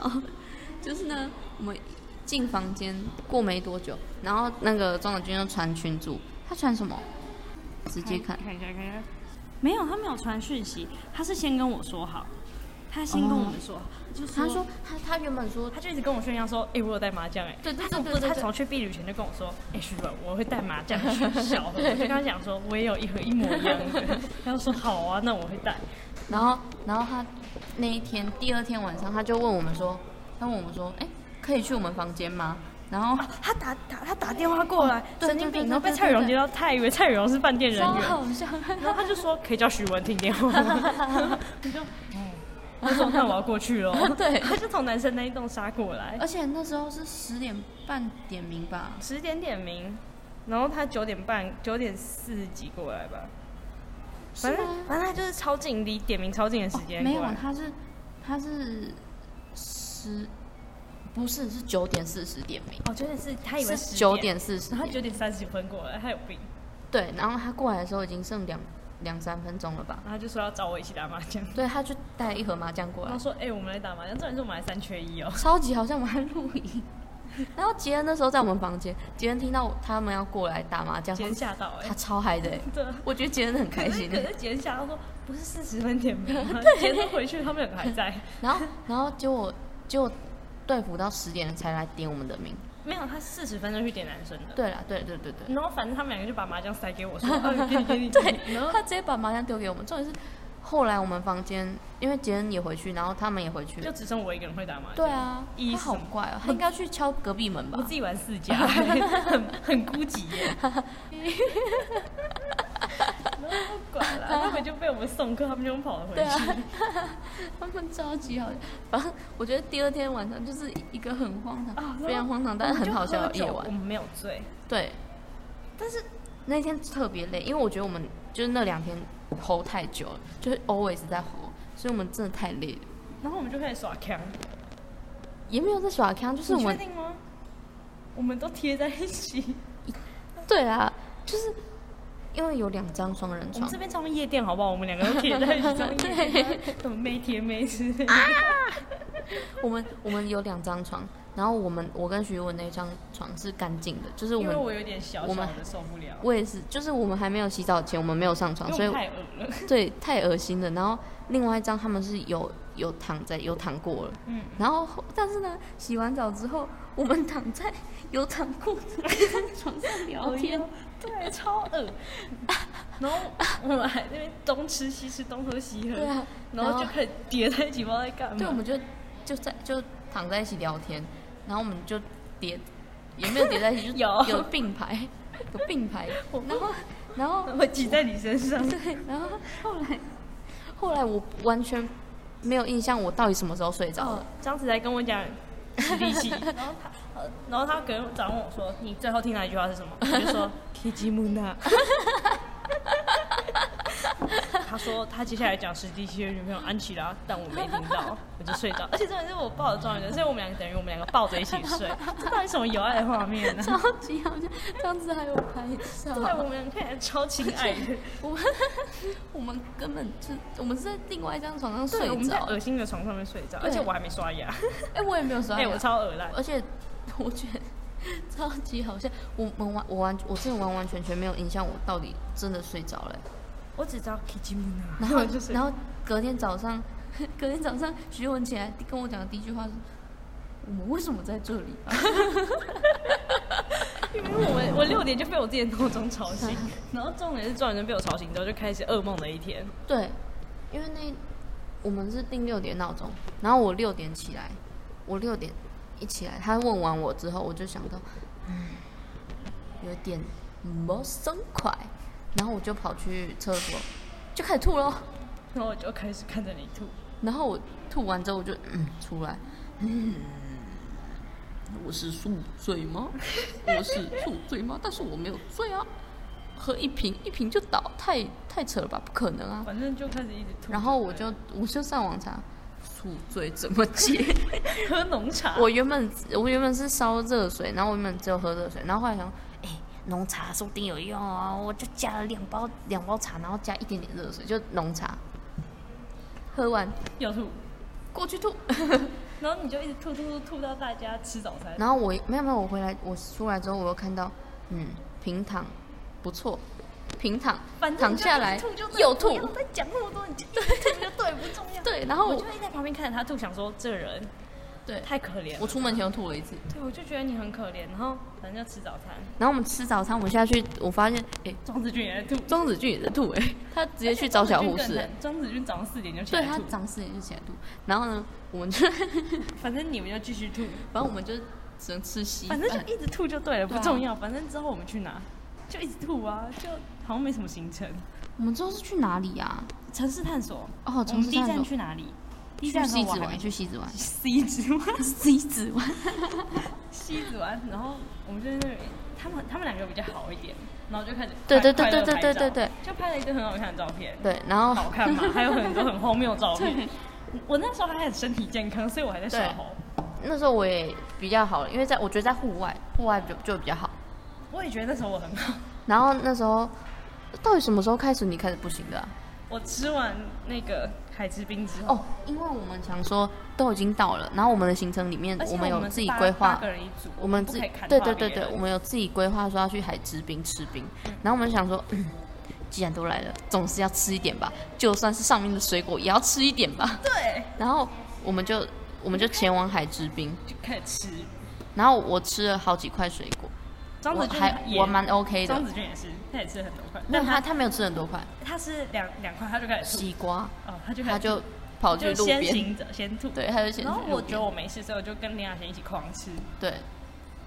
[SPEAKER 2] 就是呢，我们进房间过没多久，然后那个庄子君就传群主，他传什么？直接看。
[SPEAKER 1] 看一下，看一下。没有，他没有传讯息，他是先跟我说好，他先跟我们说好，就
[SPEAKER 2] 他说他他原本说，
[SPEAKER 1] 他就一直跟我炫耀说，哎、我有带麻将哎、
[SPEAKER 2] 对对
[SPEAKER 1] 他从
[SPEAKER 2] 对对对
[SPEAKER 1] 他从去避旅前就跟我说，哎、徐软，我会带麻将去小盒，我就跟他讲说，我也有一盒一模一样 的，他就说好啊，那我会带。
[SPEAKER 2] 然后然后他那一天第二天晚上他就问我们说，他问我们说，哎，可以去我们房间吗？然后
[SPEAKER 1] 他打打他打电话过来，
[SPEAKER 2] 对
[SPEAKER 1] 神经
[SPEAKER 2] 对
[SPEAKER 1] 病，
[SPEAKER 2] 对
[SPEAKER 1] 然后被
[SPEAKER 2] 对
[SPEAKER 1] 蔡
[SPEAKER 2] 对
[SPEAKER 1] 雨荣
[SPEAKER 2] 对
[SPEAKER 1] 接到，他以为蔡雨荣是饭店人
[SPEAKER 2] 超
[SPEAKER 1] 员，
[SPEAKER 2] 好笑，
[SPEAKER 1] 然后他就说可以叫徐文听电话吗，我就嗯，我就说那我要过去 喽，
[SPEAKER 2] 对
[SPEAKER 1] 他就从男生那一栋杀过来，
[SPEAKER 2] 而且那时候是十点半点名吧，
[SPEAKER 1] 十点点名，然后他九点半九点四十几过来吧，反正
[SPEAKER 2] 是吗
[SPEAKER 1] 反正他就是哦超近离点名超近的时间、
[SPEAKER 2] 没有
[SPEAKER 1] 过来，
[SPEAKER 2] 他是他是十，不是是九点四十点名，
[SPEAKER 1] 哦九点四，他以为
[SPEAKER 2] 是
[SPEAKER 1] 10
[SPEAKER 2] 九，点四十
[SPEAKER 1] 然后九点三十分过来，他有病，
[SPEAKER 2] 对，然后他过来的时候已经剩两两三分钟了吧？
[SPEAKER 1] 然后他就说要找我一起打麻将，
[SPEAKER 2] 对，他就带了一盒麻将过
[SPEAKER 1] 然
[SPEAKER 2] 来
[SPEAKER 1] 后，说哎、我们来打麻将，重点是我们还三缺一哦，
[SPEAKER 2] 超级好像我们还录影。然后杰恩那时候在我们房间，杰恩听到他们要过来打麻 将，
[SPEAKER 1] 今天吓到哎、
[SPEAKER 2] 他超嗨的、欸，
[SPEAKER 1] 对。啊
[SPEAKER 2] 我觉得杰恩很 开心、
[SPEAKER 1] 可是
[SPEAKER 2] 欸。
[SPEAKER 1] 可是杰下他说不是四十分点名吗？ 杰都回去，他们两个还在。
[SPEAKER 2] 然后然后结果结果队服到十点才来点我们的名。
[SPEAKER 1] 没有，他四十分钟去点男生的。
[SPEAKER 2] 对啦，对对对对。
[SPEAKER 1] 然后反正他们两个就把麻将塞给我，说：“ 哦，给你，给你。”
[SPEAKER 2] 对，
[SPEAKER 1] 然后
[SPEAKER 2] 他直接把麻将丢给我们。重点是后来我们房间，因为杰恩也回去，然后他们也回去
[SPEAKER 1] 就。只剩我一个人会打麻将。
[SPEAKER 2] 对，啊，
[SPEAKER 1] 一
[SPEAKER 2] 他
[SPEAKER 1] 是
[SPEAKER 2] 好
[SPEAKER 1] 什么
[SPEAKER 2] 怪哦，他应该去敲隔壁门吧
[SPEAKER 1] 我？自己玩四 家，很很孤寂耶。然后不管了，他们就被我们送客，他们就跑了回
[SPEAKER 2] 对啊
[SPEAKER 1] 去。，
[SPEAKER 2] 他们超级好笑。反正我觉得第二天晚上就是一个很荒
[SPEAKER 1] 啊
[SPEAKER 2] 唐，非常荒唐，但是很好笑的夜
[SPEAKER 1] 我
[SPEAKER 2] 晚。
[SPEAKER 1] 们没有醉，
[SPEAKER 2] 对，
[SPEAKER 1] 但是
[SPEAKER 2] 那天特别累，因为我觉得我们就是那两天吼太久了，就是 always 在吼，所以我们真的太累了。
[SPEAKER 1] 然后我们就开始耍枪。
[SPEAKER 2] 也没有在耍康，就是我
[SPEAKER 1] 你确
[SPEAKER 2] 们
[SPEAKER 1] 定吗？我们都贴在一 起。
[SPEAKER 2] 对啦，就是因为有两张双人
[SPEAKER 1] 我们
[SPEAKER 2] 床
[SPEAKER 1] 这，边唱夜店好不好？我们两个都贴在一起唱夜 店，什么妹贴妹之类
[SPEAKER 2] 啊
[SPEAKER 1] 的。
[SPEAKER 2] 我们我们有两张床，然后我们我跟徐文那张床是干净的，就是我
[SPEAKER 1] 因为
[SPEAKER 2] 们
[SPEAKER 1] 我有点小
[SPEAKER 2] 我
[SPEAKER 1] 小
[SPEAKER 2] 们
[SPEAKER 1] 的受不了，
[SPEAKER 2] 我也是，就是我们还没有洗澡前，我们没有上床，
[SPEAKER 1] 因
[SPEAKER 2] 所
[SPEAKER 1] 为
[SPEAKER 2] 以
[SPEAKER 1] 我太恶了。
[SPEAKER 2] 对太恶心了。然后另外一张他们是有有躺在有躺过了，
[SPEAKER 1] 嗯，
[SPEAKER 2] 然后后但是呢，洗完澡之后，我们躺在有躺过的那张床上聊天
[SPEAKER 1] 哎呦，对，超恶。然后我们还在那边东吃西吃，东喝西
[SPEAKER 2] 对
[SPEAKER 1] 喝，
[SPEAKER 2] 啊，
[SPEAKER 1] 然后就开始叠在一起，不知道在干
[SPEAKER 2] 对，我
[SPEAKER 1] 嘛。
[SPEAKER 2] 们就就在就躺在一起聊天，然后我们就叠，也没有叠在一起，就
[SPEAKER 1] 有
[SPEAKER 2] 有并排， 有并排，然后然后
[SPEAKER 1] 我挤在你身上，
[SPEAKER 2] 对，然后后来后来我完全没有印象，我到底什么时候睡着
[SPEAKER 1] 哦
[SPEAKER 2] 了？，
[SPEAKER 1] 张子才跟我讲实力戏，然后他呃，然后他可能早上问我说：“你最后听到一句话是什么？”我就 说 “Kiji Muna”。他说他接下来讲史迪奇的女朋友安琪拉，但我没听 到，我就睡着。而且真的是我抱着庄园的，所以我们两个等于我们两个抱着一起睡。 这到底什么有爱的画面呢、
[SPEAKER 2] 超级好笑，当时还有拍照。
[SPEAKER 1] 对，我们两个看起来超亲爱的。
[SPEAKER 2] 我们我们根本就我们是在另外一张床上睡
[SPEAKER 1] 对，我们在
[SPEAKER 2] 着，
[SPEAKER 1] 恶心的床上面睡着，而且
[SPEAKER 2] 对
[SPEAKER 1] 我还没刷牙。
[SPEAKER 2] 哎、我也没有刷
[SPEAKER 1] 哎、
[SPEAKER 2] 牙，
[SPEAKER 1] 我超恶烂。
[SPEAKER 2] 而且 我觉得超级好笑，我我完我完我真的完完全全没有印象，我到底真的睡着了、
[SPEAKER 1] 我只知道 Kiji Muna，
[SPEAKER 2] 然后
[SPEAKER 1] 我就是
[SPEAKER 2] 然后隔天早上， 隔天早上徐文起来跟我讲的第一句话是：我们为什么在这里？
[SPEAKER 1] 因为我们我六点就被我自己的闹钟吵醒，然后重点是庄园被我吵醒之后就开始噩梦的一天。
[SPEAKER 2] 对，因为那我们是定六点闹钟，然后我六点起来，我六点一起来，他问完我之后，我就想到，嗯，有点不松快，然后我就跑去厕所，就开始吐咯。
[SPEAKER 1] 然后我就开始看着你吐，
[SPEAKER 2] 然后我吐完之后，我就嗯出来，嗯，我是宿醉 吗？我是宿醉吗？但是我没有醉啊，喝一瓶一瓶就倒，太太扯了吧？不可能啊！
[SPEAKER 1] 反正就开始一直吐。
[SPEAKER 2] 然后我就我就上网查宿醉怎么解。
[SPEAKER 1] 喝浓茶，
[SPEAKER 2] 我原本我原本是烧热水，然后我原本只有喝热水，然后后来想，哎、浓茶说不定有用啊，我就加了两包两包茶，然后加一点点热水，就浓茶。喝完
[SPEAKER 1] 又吐，
[SPEAKER 2] 过去吐。
[SPEAKER 1] 然后你就一直吐吐吐吐到大家吃早餐。
[SPEAKER 2] 然后我没有没有，我回来我出来之后，我又看到，嗯，平躺不错，平躺
[SPEAKER 1] 反正
[SPEAKER 2] 躺
[SPEAKER 1] 你就
[SPEAKER 2] 下来
[SPEAKER 1] 一直吐就对
[SPEAKER 2] 又
[SPEAKER 1] 了
[SPEAKER 2] 吐
[SPEAKER 1] 不，要再讲那么多，你就一直吐就对，不重要。
[SPEAKER 2] 对，然后
[SPEAKER 1] 我
[SPEAKER 2] 我
[SPEAKER 1] 就一直在旁边看着他吐，想说这人
[SPEAKER 2] 对
[SPEAKER 1] 太可怜了。
[SPEAKER 2] 我出门前又吐了一次。
[SPEAKER 1] 对，我就觉得你很可怜。然后反正就吃早餐，
[SPEAKER 2] 然后我们吃早餐，我们下去，我发现，哎，
[SPEAKER 1] 庄子君也在吐，
[SPEAKER 2] 庄子俊也在吐， 哎，他直接去找小护士，哎，
[SPEAKER 1] 庄子君早上四点就起
[SPEAKER 2] 对
[SPEAKER 1] 来
[SPEAKER 2] 他
[SPEAKER 1] 吐，
[SPEAKER 2] 长四点就起来吐。然后呢，我们就，
[SPEAKER 1] 反正你们就继续吐，
[SPEAKER 2] 反正我们就只能吃稀
[SPEAKER 1] 反
[SPEAKER 2] 饭
[SPEAKER 1] 正，就一直吐就对了，
[SPEAKER 2] 对
[SPEAKER 1] 不
[SPEAKER 2] 啊
[SPEAKER 1] 重要。反正之后我们去哪，就一直吐啊，就好像没什么行程。
[SPEAKER 2] 我们之后是去哪里啊呀？
[SPEAKER 1] 城市探索，
[SPEAKER 2] 哦，
[SPEAKER 1] 我
[SPEAKER 2] 从
[SPEAKER 1] 们第一站去哪里？第一
[SPEAKER 2] 去
[SPEAKER 1] 站
[SPEAKER 2] 西子
[SPEAKER 1] 我还
[SPEAKER 2] 湾，
[SPEAKER 1] 没
[SPEAKER 2] 去西子湾，
[SPEAKER 1] 西子湾，
[SPEAKER 2] 西子湾，
[SPEAKER 1] 西子湾。然后我们就在那里，他们他们两个比较好一点，然后就开始
[SPEAKER 2] 对
[SPEAKER 1] 快
[SPEAKER 2] 对对
[SPEAKER 1] 快乐
[SPEAKER 2] 对
[SPEAKER 1] 拍
[SPEAKER 2] 对对
[SPEAKER 1] 照
[SPEAKER 2] 对
[SPEAKER 1] 就拍了一堆很好看的照片，
[SPEAKER 2] 对，然后
[SPEAKER 1] 好看 嘛，还有很多很荒谬的照片
[SPEAKER 2] 对。
[SPEAKER 1] 我那时候还很身体健康，所以我还在耍
[SPEAKER 2] 对
[SPEAKER 1] 猴。
[SPEAKER 2] 那时候我也比较好，因为在我觉得在户外，户外就就比较好。
[SPEAKER 1] 我也觉得那时候我很好。
[SPEAKER 2] 然后那时候到底什么时候开始你开始不行的啊、
[SPEAKER 1] 我吃完那个海之冰之后，
[SPEAKER 2] 哦，因为我们想说都已经到了，然后我们的行程里面
[SPEAKER 1] 而且
[SPEAKER 2] 们有
[SPEAKER 1] 是
[SPEAKER 2] 自己
[SPEAKER 1] 八
[SPEAKER 2] 规
[SPEAKER 1] 八
[SPEAKER 2] 划
[SPEAKER 1] 个，人一组，
[SPEAKER 2] 我们
[SPEAKER 1] 不
[SPEAKER 2] 自
[SPEAKER 1] 可以
[SPEAKER 2] 己
[SPEAKER 1] 砍
[SPEAKER 2] 对
[SPEAKER 1] 到
[SPEAKER 2] 对对
[SPEAKER 1] 别人
[SPEAKER 2] 对，我们有自己规划说要去海之冰吃冰，然后我们想说。嗯既然都来了，总是要吃一点吧，就算是上面的水果也要吃一点吧。
[SPEAKER 1] 对，
[SPEAKER 2] 然后我们就我们就前往海之冰，
[SPEAKER 1] 就开始吃。
[SPEAKER 2] 然后我吃了好几块水果，
[SPEAKER 1] 张
[SPEAKER 2] 我
[SPEAKER 1] 子俊
[SPEAKER 2] 还
[SPEAKER 1] 也
[SPEAKER 2] 我蛮 OK 的
[SPEAKER 1] 张。子俊也是，他也吃了很多块，
[SPEAKER 2] 那
[SPEAKER 1] 但他
[SPEAKER 2] 他
[SPEAKER 1] 嗯
[SPEAKER 2] 他没有吃很多块
[SPEAKER 1] 他是两两块他就开始吐，
[SPEAKER 2] 西瓜，
[SPEAKER 1] 哦，他就开
[SPEAKER 2] 他
[SPEAKER 1] 始吐
[SPEAKER 2] 就跑去
[SPEAKER 1] 就
[SPEAKER 2] 路
[SPEAKER 1] 先
[SPEAKER 2] 边，
[SPEAKER 1] 行者先吐，
[SPEAKER 2] 对，他就先
[SPEAKER 1] 然后
[SPEAKER 2] 去
[SPEAKER 1] 我
[SPEAKER 2] 路
[SPEAKER 1] 觉得
[SPEAKER 2] 边，
[SPEAKER 1] 我没事，所以我就跟林雅贤一起狂吃，
[SPEAKER 2] 对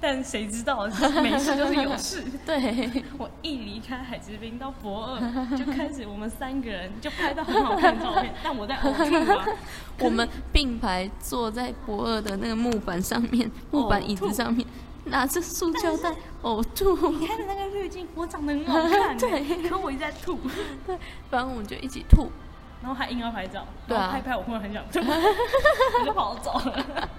[SPEAKER 1] 但谁知道没事就是 有事。
[SPEAKER 2] 对，
[SPEAKER 1] 我一离开海之滨到博二，就开始我们三个人就拍到很好看的照片，但我在呕吐啊，
[SPEAKER 2] 我们并排坐在博二的那个木板上面，木板椅子上面，拿着塑胶袋呕
[SPEAKER 1] 你
[SPEAKER 2] 吐，
[SPEAKER 1] 看的那个滤镜，我长得很好看、欸，
[SPEAKER 2] 对
[SPEAKER 1] 可我一直在吐，
[SPEAKER 2] 对，反正我们就一起吐，
[SPEAKER 1] 然后还硬要拍照，
[SPEAKER 2] 对啊
[SPEAKER 1] 然后拍一拍，我忽然很想吐，我就跑走 了。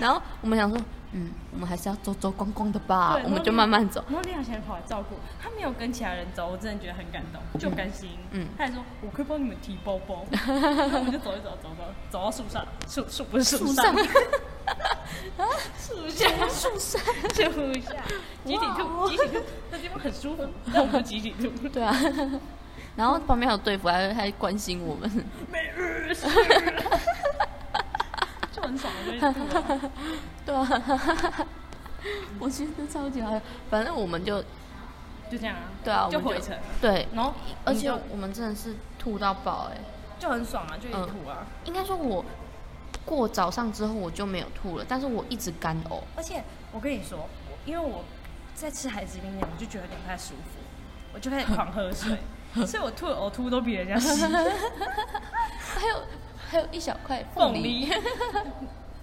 [SPEAKER 2] 然后我们想说，嗯，我们还是要走走逛逛的吧
[SPEAKER 1] 对，
[SPEAKER 2] 我们就慢慢走，
[SPEAKER 1] 然后李雅贤跑来照顾我，他没有跟其他人走，我真的觉得很感动，就很甘心。
[SPEAKER 2] 嗯
[SPEAKER 1] 他还说我可以帮你们提包 包，然后我们就走一走，走走，走到树上，树树不是树上， 树下，
[SPEAKER 2] 树上，
[SPEAKER 1] 树下，集体
[SPEAKER 2] 哇
[SPEAKER 1] 吐，
[SPEAKER 2] 哦
[SPEAKER 1] 集体吐，那地方很舒服，但我们集体吐，
[SPEAKER 2] 对啊， 然后旁边还有队服还还关心我们，
[SPEAKER 1] 每日 是，就很爽，就一直吐啊。
[SPEAKER 2] 对啊， 我觉得超级好笑，反正我们就
[SPEAKER 1] 就这样啊，
[SPEAKER 2] 对啊，我
[SPEAKER 1] 就
[SPEAKER 2] 们
[SPEAKER 1] 回程了，
[SPEAKER 2] 对，
[SPEAKER 1] 然后
[SPEAKER 2] 而且
[SPEAKER 1] 你就
[SPEAKER 2] 我们真的是吐到爆哎、
[SPEAKER 1] 就很爽啊，就一直吐啊，
[SPEAKER 2] 应该说我过早上之后我就没有吐了，但是我一直干 呕，
[SPEAKER 1] 而且我跟你说，因为我在吃海之冰前，我就觉得有点不太舒服，我就开始狂喝 水，所以我吐的呕吐都比人家 稀。
[SPEAKER 2] 还有还有一小块
[SPEAKER 1] 凤
[SPEAKER 2] 梨，
[SPEAKER 1] 梨，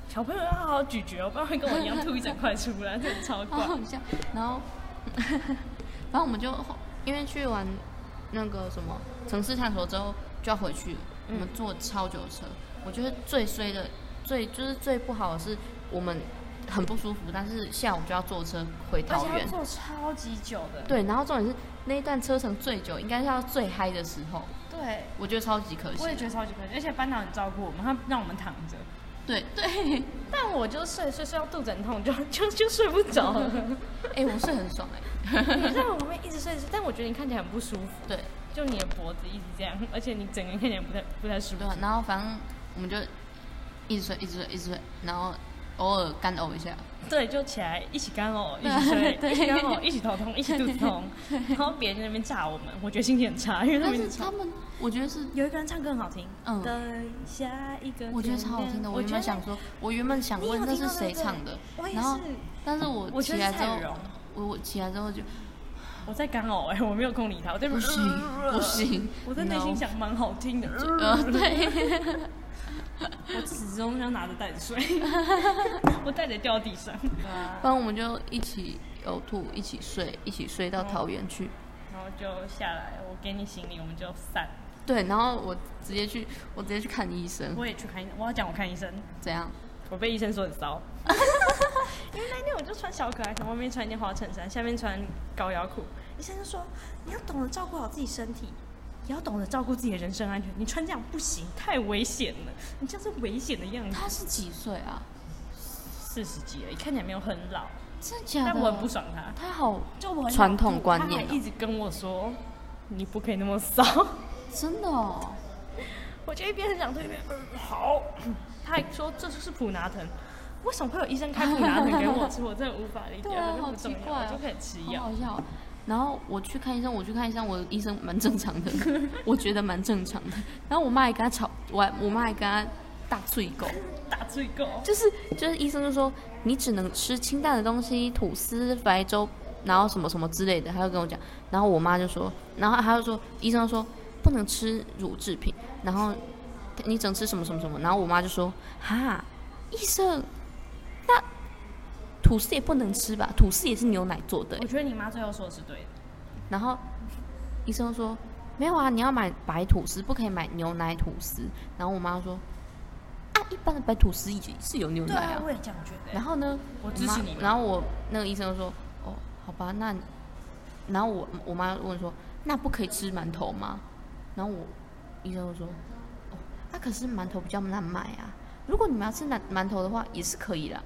[SPEAKER 1] 小朋友要好好咀嚼哦，不然会跟我一样吐一整块出来，真的超
[SPEAKER 2] 好
[SPEAKER 1] 怪。
[SPEAKER 2] 好笑。然后， 反正我们就因为去完那个什么城市探索之后就要回去了，我们坐超久的车。我觉得最衰的、最就是最不好的是我们很不舒服，但是下午就要坐车回
[SPEAKER 1] 而
[SPEAKER 2] 桃
[SPEAKER 1] 且
[SPEAKER 2] 园
[SPEAKER 1] 要。坐超级久的。
[SPEAKER 2] 对，然后重点是那一段车程最久，应该是要最嗨的时候，
[SPEAKER 1] 对，
[SPEAKER 2] 我觉得超级可惜
[SPEAKER 1] 我。也觉得超级可惜，而且班长很照顾我们，他让我们躺着。
[SPEAKER 2] 对 对，
[SPEAKER 1] 但我就睡睡睡到肚子很痛，就就就睡不着了。
[SPEAKER 2] 哎、我睡很爽哎、
[SPEAKER 1] 你在我旁边一直睡，但我觉得你看起来很不舒服，
[SPEAKER 2] 对
[SPEAKER 1] 就你的脖子一直这样，而且你整个人看起来不太不太舒服
[SPEAKER 2] 对。啊，然后反正我们就一直睡，一直睡，一直睡，然后偶尔干呕一下。
[SPEAKER 1] 对，就起来一起干 呕，一起睡，
[SPEAKER 2] 对
[SPEAKER 1] 一起干呕，一起头 痛，一起肚子痛，然后别人在那边炸我们，我觉得心情很差，因为他
[SPEAKER 2] 但是
[SPEAKER 1] 们
[SPEAKER 2] 他们，我觉得是，
[SPEAKER 1] 有一个人唱歌很好听，
[SPEAKER 2] 嗯
[SPEAKER 1] 等下一个，
[SPEAKER 2] 我觉得超好听的。我
[SPEAKER 1] 我
[SPEAKER 2] 原
[SPEAKER 1] 觉
[SPEAKER 2] 本
[SPEAKER 1] 得
[SPEAKER 2] 想说，我原本想
[SPEAKER 1] 你有
[SPEAKER 2] 问那
[SPEAKER 1] 听
[SPEAKER 2] 是
[SPEAKER 1] 到对
[SPEAKER 2] 谁
[SPEAKER 1] 不对
[SPEAKER 2] 唱的
[SPEAKER 1] 我，也
[SPEAKER 2] 然后
[SPEAKER 1] 是，
[SPEAKER 2] 但是我
[SPEAKER 1] 我觉
[SPEAKER 2] 起
[SPEAKER 1] 得
[SPEAKER 2] 来
[SPEAKER 1] 是
[SPEAKER 2] 之后
[SPEAKER 1] 蔡荣，
[SPEAKER 2] 我我起来 之后就
[SPEAKER 1] 我在干呕哎，我没有空理他，我在那
[SPEAKER 2] 不
[SPEAKER 1] 边
[SPEAKER 2] 行不，行，
[SPEAKER 1] 我在内
[SPEAKER 2] no
[SPEAKER 1] 心，想蛮好听的，
[SPEAKER 2] 呃，对，
[SPEAKER 1] 我自始至终要拿着淡水， 我带着掉地上，
[SPEAKER 2] 不然我们就一起呕吐，一起睡，一起睡到桃园去。
[SPEAKER 1] 然后就下来，我给你行李，我们就散。
[SPEAKER 2] 对，然后我直接去，我直接去看医生，
[SPEAKER 1] 我也去看医生，我要讲我看医生，
[SPEAKER 2] 怎样？
[SPEAKER 1] 我被医生说很骚。 因为那天我就穿小可爱，从外面穿一件花衬衫，下面穿高腰裤。医生就说：“你要懂得照顾好自己身体，也要懂得照顾自己的人身安全。你穿这样不行，太危险了。你这样是危险的样子。
[SPEAKER 2] 他是几岁啊？”
[SPEAKER 1] 四十几了，看起来没有很老，
[SPEAKER 2] 真的假的？
[SPEAKER 1] 但我很不爽他。
[SPEAKER 2] 他好，
[SPEAKER 1] 就我很
[SPEAKER 2] 传统观念哦
[SPEAKER 1] 他还一直跟我说：“你不可以那么骚。
[SPEAKER 2] 真的哦，”
[SPEAKER 1] 我就一边很想推一边、嗯好。他还说：“这就是普拿 疼。”为什么会有医生开普拿疼给我吃？我真的无法理解。
[SPEAKER 2] 对啊
[SPEAKER 1] 我就不
[SPEAKER 2] 好奇
[SPEAKER 1] 重要
[SPEAKER 2] 怪哦
[SPEAKER 1] 我就可以吃
[SPEAKER 2] 好
[SPEAKER 1] 药。
[SPEAKER 2] 好笑哦。然后我去看医生，我去看医生，我医生蛮正常的， 我觉得蛮正常的。然后我妈也跟他吵，我还我妈还跟他大醉狗，
[SPEAKER 1] 大醉狗，
[SPEAKER 2] 就是就是医生就说你只能吃清淡的东西，吐司、白粥，然后什么什么之类的，他就跟我讲。然后我妈就说，然后他就说，医生就说不能吃乳制品，然后你只能吃什么什么什么。然后我妈就说，哈，医生，那吐司也不能吃吧？吐司也是牛奶做的欸、
[SPEAKER 1] 我觉得你妈最后说的是对的。
[SPEAKER 2] 然后医生说没有啊，你要买白吐司，不可以买牛奶吐司。然后我妈说。啊，一般的白吐司也是有牛奶啊，
[SPEAKER 1] 我也这样觉得
[SPEAKER 2] 然后呢，
[SPEAKER 1] 我支持
[SPEAKER 2] 妈
[SPEAKER 1] 你们
[SPEAKER 2] 然后我那个医生就说，哦，好吧，那你，然后我我妈问说，那不可以吃馒头吗？然后我医生就说，哦，那、可是馒头比较难买啊，如果你们要吃馒馒头的话，也是可以啦。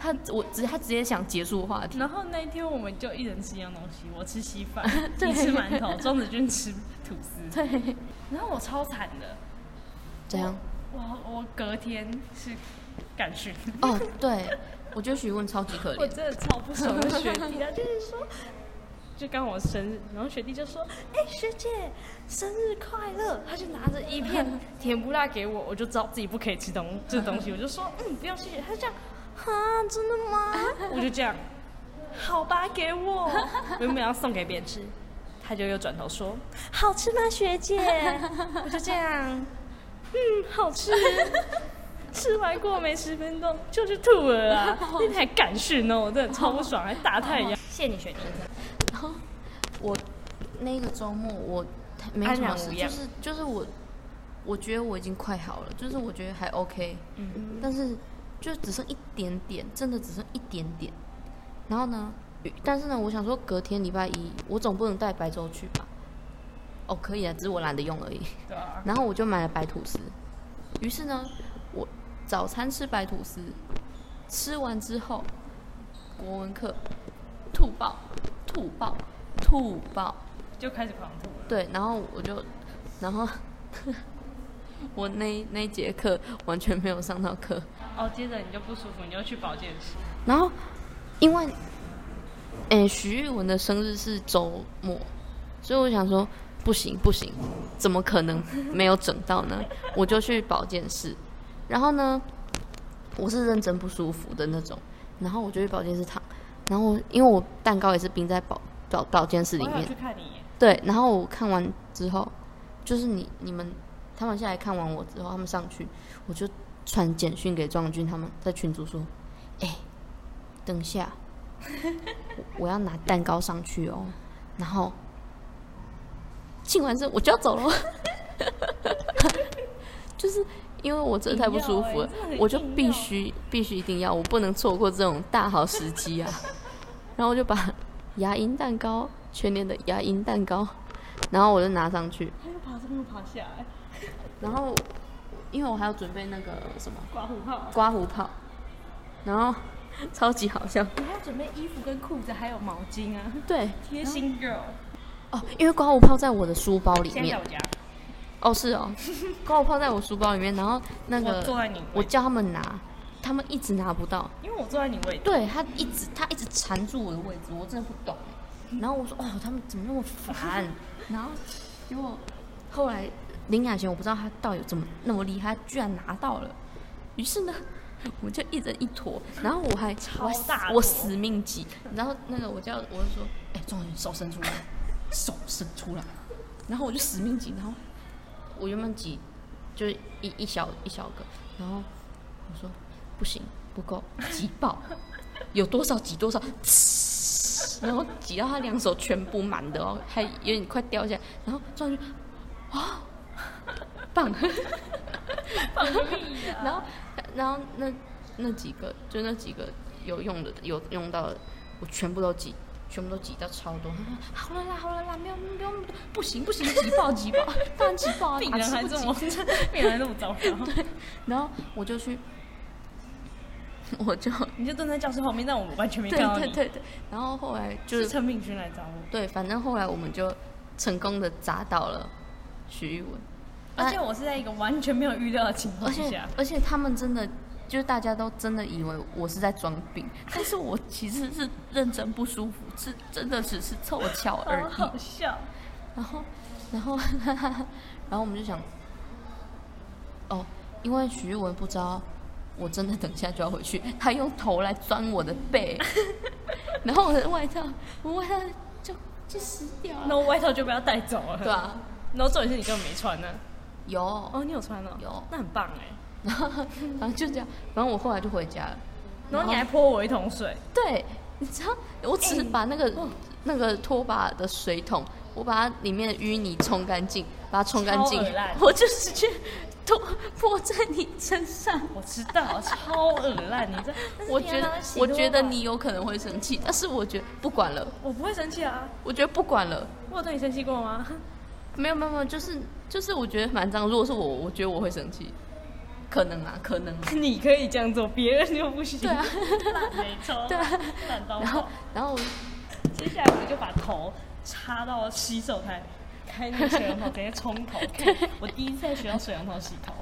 [SPEAKER 2] 他我直他直接想结束话题，
[SPEAKER 1] 然后那一天我们就一人吃一样东西，我吃稀 饭，
[SPEAKER 2] 对
[SPEAKER 1] 你吃馒头，庄子君吃吐 司。
[SPEAKER 2] 对，
[SPEAKER 1] 然后我超惨的，
[SPEAKER 2] 怎样？
[SPEAKER 1] 我我隔天是感训，
[SPEAKER 2] 哦，对，我觉得许问超级可
[SPEAKER 1] 我
[SPEAKER 2] 怜，
[SPEAKER 1] 真的超不熟的学弟，他就是说。嗯就刚我生日，然后学弟就说：“哎、学姐，生日快乐！”他就拿着一片甜不辣给我，我就知道自己不可以吃东这东西，我就说：“嗯，不用谢谢。”他就这样，哈，真的吗？我就这样，好吧，给我。原本要送给别人吃，他就又转头说：“好吃吗，学姐？”我就这样，嗯，好吃。吃完过没十分钟就去吐了 啊！那你还敢训哦，我真的超不爽，还大太阳。哦谢谢你学姐，
[SPEAKER 2] 然后我那个周末我没什么事，
[SPEAKER 1] 安然无
[SPEAKER 2] 就
[SPEAKER 1] 恙
[SPEAKER 2] 是就是我，我觉得我已经快好了，就是我觉得还 OK，
[SPEAKER 1] 嗯，
[SPEAKER 2] 但是就只剩一点点，真的只剩一点点。然后呢，但是呢，我想说隔天礼拜一，我总不能带白粥去吧？哦，可以啊，只是我懒得用而已。
[SPEAKER 1] 对啊，
[SPEAKER 2] 然后我就买了白吐司。于是呢，我早餐吃白吐司，吃完之后，国文课吐爆，吐爆，吐爆。
[SPEAKER 1] 就开始狂吐了。
[SPEAKER 2] 对，然后我就，然后 我那那一节课完全没有上到课。
[SPEAKER 1] 哦，接着你就不舒服，你就去保健室。
[SPEAKER 2] 然后因为，诶，徐玉文的生日是周末，所以我想说不行不行，怎么可能没有整到呢？我就去保健室，然后呢，我是认真不舒服的那种，然后我就去保健室躺，然后因为我蛋糕也是冰在保保保健室里
[SPEAKER 1] 我
[SPEAKER 2] 面
[SPEAKER 1] 有，去看你耶，
[SPEAKER 2] 对，然后我看完之后，就是你你们他们下来看完我之后，他们上去，我就传简讯给庄君他们，在群组说：“哎、等一下，我我要拿蛋糕上去哦。”然后庆完生我就要走了， 就是因为我真的太不舒服
[SPEAKER 1] 硬要
[SPEAKER 2] 了
[SPEAKER 1] 欸真的，很
[SPEAKER 2] 我就
[SPEAKER 1] 硬要
[SPEAKER 2] 必须必须一定要，我不能错过这种大好时机啊！然后我就把牙龈蛋糕，全年的牙龈蛋糕，然后我就拿上去，
[SPEAKER 1] 他又爬上又爬下来，
[SPEAKER 2] 然后因为我还要准备那个什么
[SPEAKER 1] 刮胡泡。
[SPEAKER 2] 刮胡泡，然后超级好笑。
[SPEAKER 1] 你还要准备衣服跟裤子，还有毛巾啊，
[SPEAKER 2] 对，
[SPEAKER 1] 贴心 girl。
[SPEAKER 2] 哦，因为刮胡泡在我的书包里
[SPEAKER 1] 现在在
[SPEAKER 2] 面
[SPEAKER 1] 我。家，
[SPEAKER 2] 哦，是哦， 刮胡泡在我书包里面，然后那
[SPEAKER 1] 我坐
[SPEAKER 2] 个
[SPEAKER 1] 在你
[SPEAKER 2] 我
[SPEAKER 1] 位置，
[SPEAKER 2] 叫他们拿，他们一直拿不到。
[SPEAKER 1] 因为我坐在你位置，
[SPEAKER 2] 对他一直他一直缠住我的位置，我真的不懂欸。然后我说哦，他们怎么那么烦？ 然后结果后来林雅贤我不知道他到底怎么那么厉害，居然拿到了。于是呢， 我就一人一坨，然后我还我还
[SPEAKER 1] 超大坨
[SPEAKER 2] 我死命挤，然后那个我叫我就说，哎、终于手伸出来，手伸出来，然后我就死命挤，然后我原本挤就是一一小一小个，然后我说不行不够，挤爆，有多少挤多少，呲然后挤到他两手全部满的哦，还有点快掉下来，然后撞去，哇，棒！
[SPEAKER 1] 放个屁啊！
[SPEAKER 2] 然后，然后那那几个，就那几个有用的、有用到的，我全部都挤，全部都挤到超多。 他说：“好了啦，好了啦，没有没有，不行不行，挤爆挤爆，当然挤爆啊！”
[SPEAKER 1] 病
[SPEAKER 2] 哪
[SPEAKER 1] 人
[SPEAKER 2] 吃
[SPEAKER 1] 还
[SPEAKER 2] 不
[SPEAKER 1] 这
[SPEAKER 2] 挤
[SPEAKER 1] 么， 病人还这么糟糕。
[SPEAKER 2] 然后我就去，我就
[SPEAKER 1] 你就蹲在教室旁边，但我完全没
[SPEAKER 2] 对
[SPEAKER 1] 看到
[SPEAKER 2] 对
[SPEAKER 1] 你。
[SPEAKER 2] 对对，然后后来就是是
[SPEAKER 1] 陈炳君来找我，
[SPEAKER 2] 对，反正后来我们就成功的砸倒了徐玉文，
[SPEAKER 1] 而且我是在一个完全没有预料的情
[SPEAKER 2] 而
[SPEAKER 1] 况
[SPEAKER 2] 且
[SPEAKER 1] 下，
[SPEAKER 2] 而且他们真的，就是大家都真的以为我是在装病，但是我其实是认真不舒服，是真的只是凑巧 而
[SPEAKER 1] 好
[SPEAKER 2] 已
[SPEAKER 1] 好。笑。
[SPEAKER 2] 然后，然后， 然后我们就想，哦，因为许玉文不知道我真的等一下就要回去，他用头来钻我的背，然后我的外套，我外套就就湿掉
[SPEAKER 1] 那
[SPEAKER 2] 了。
[SPEAKER 1] 我外套就不要带走了。
[SPEAKER 2] 对啊，
[SPEAKER 1] 然后重点是你根本没穿呢、
[SPEAKER 2] 有
[SPEAKER 1] 哦，你有穿哦，
[SPEAKER 2] 有
[SPEAKER 1] 那很棒哎。
[SPEAKER 2] 然后反正就这样，反正我后来就回家了。
[SPEAKER 1] 然后你还泼我一桶水，
[SPEAKER 2] 对，你知道，我只是把那
[SPEAKER 1] 哎
[SPEAKER 2] 个、
[SPEAKER 1] 嗯
[SPEAKER 2] 那个拖把的水桶，我把它里面的淤泥冲干净，把它冲干净
[SPEAKER 1] 超恶烂，
[SPEAKER 2] 我就是去拖泼在你身上。
[SPEAKER 1] 我知道，超恶烂，你知道？但是
[SPEAKER 2] 我
[SPEAKER 1] 平
[SPEAKER 2] 觉
[SPEAKER 1] 常
[SPEAKER 2] 得
[SPEAKER 1] 都在洗
[SPEAKER 2] 我
[SPEAKER 1] 头
[SPEAKER 2] 觉得
[SPEAKER 1] 发
[SPEAKER 2] 你有可能会生气，但是我觉得不管了，
[SPEAKER 1] 我不会生气啊，
[SPEAKER 2] 我觉得不管了，
[SPEAKER 1] 我有对你生气过吗？
[SPEAKER 2] 没有没有没有，就是就是我觉得蛮脏。如果是我，我觉得我会生气，可能啊，可能啊。
[SPEAKER 1] 你可以这样做，别人就不行。
[SPEAKER 2] 对啊，
[SPEAKER 1] 烂没错，
[SPEAKER 2] 对啊
[SPEAKER 1] 烂到
[SPEAKER 2] 然后
[SPEAKER 1] 爆。
[SPEAKER 2] 然后我
[SPEAKER 1] 接下来我就把头插到洗手台，开那个水龙头直接冲 头。我第一次在学校水龙头洗头，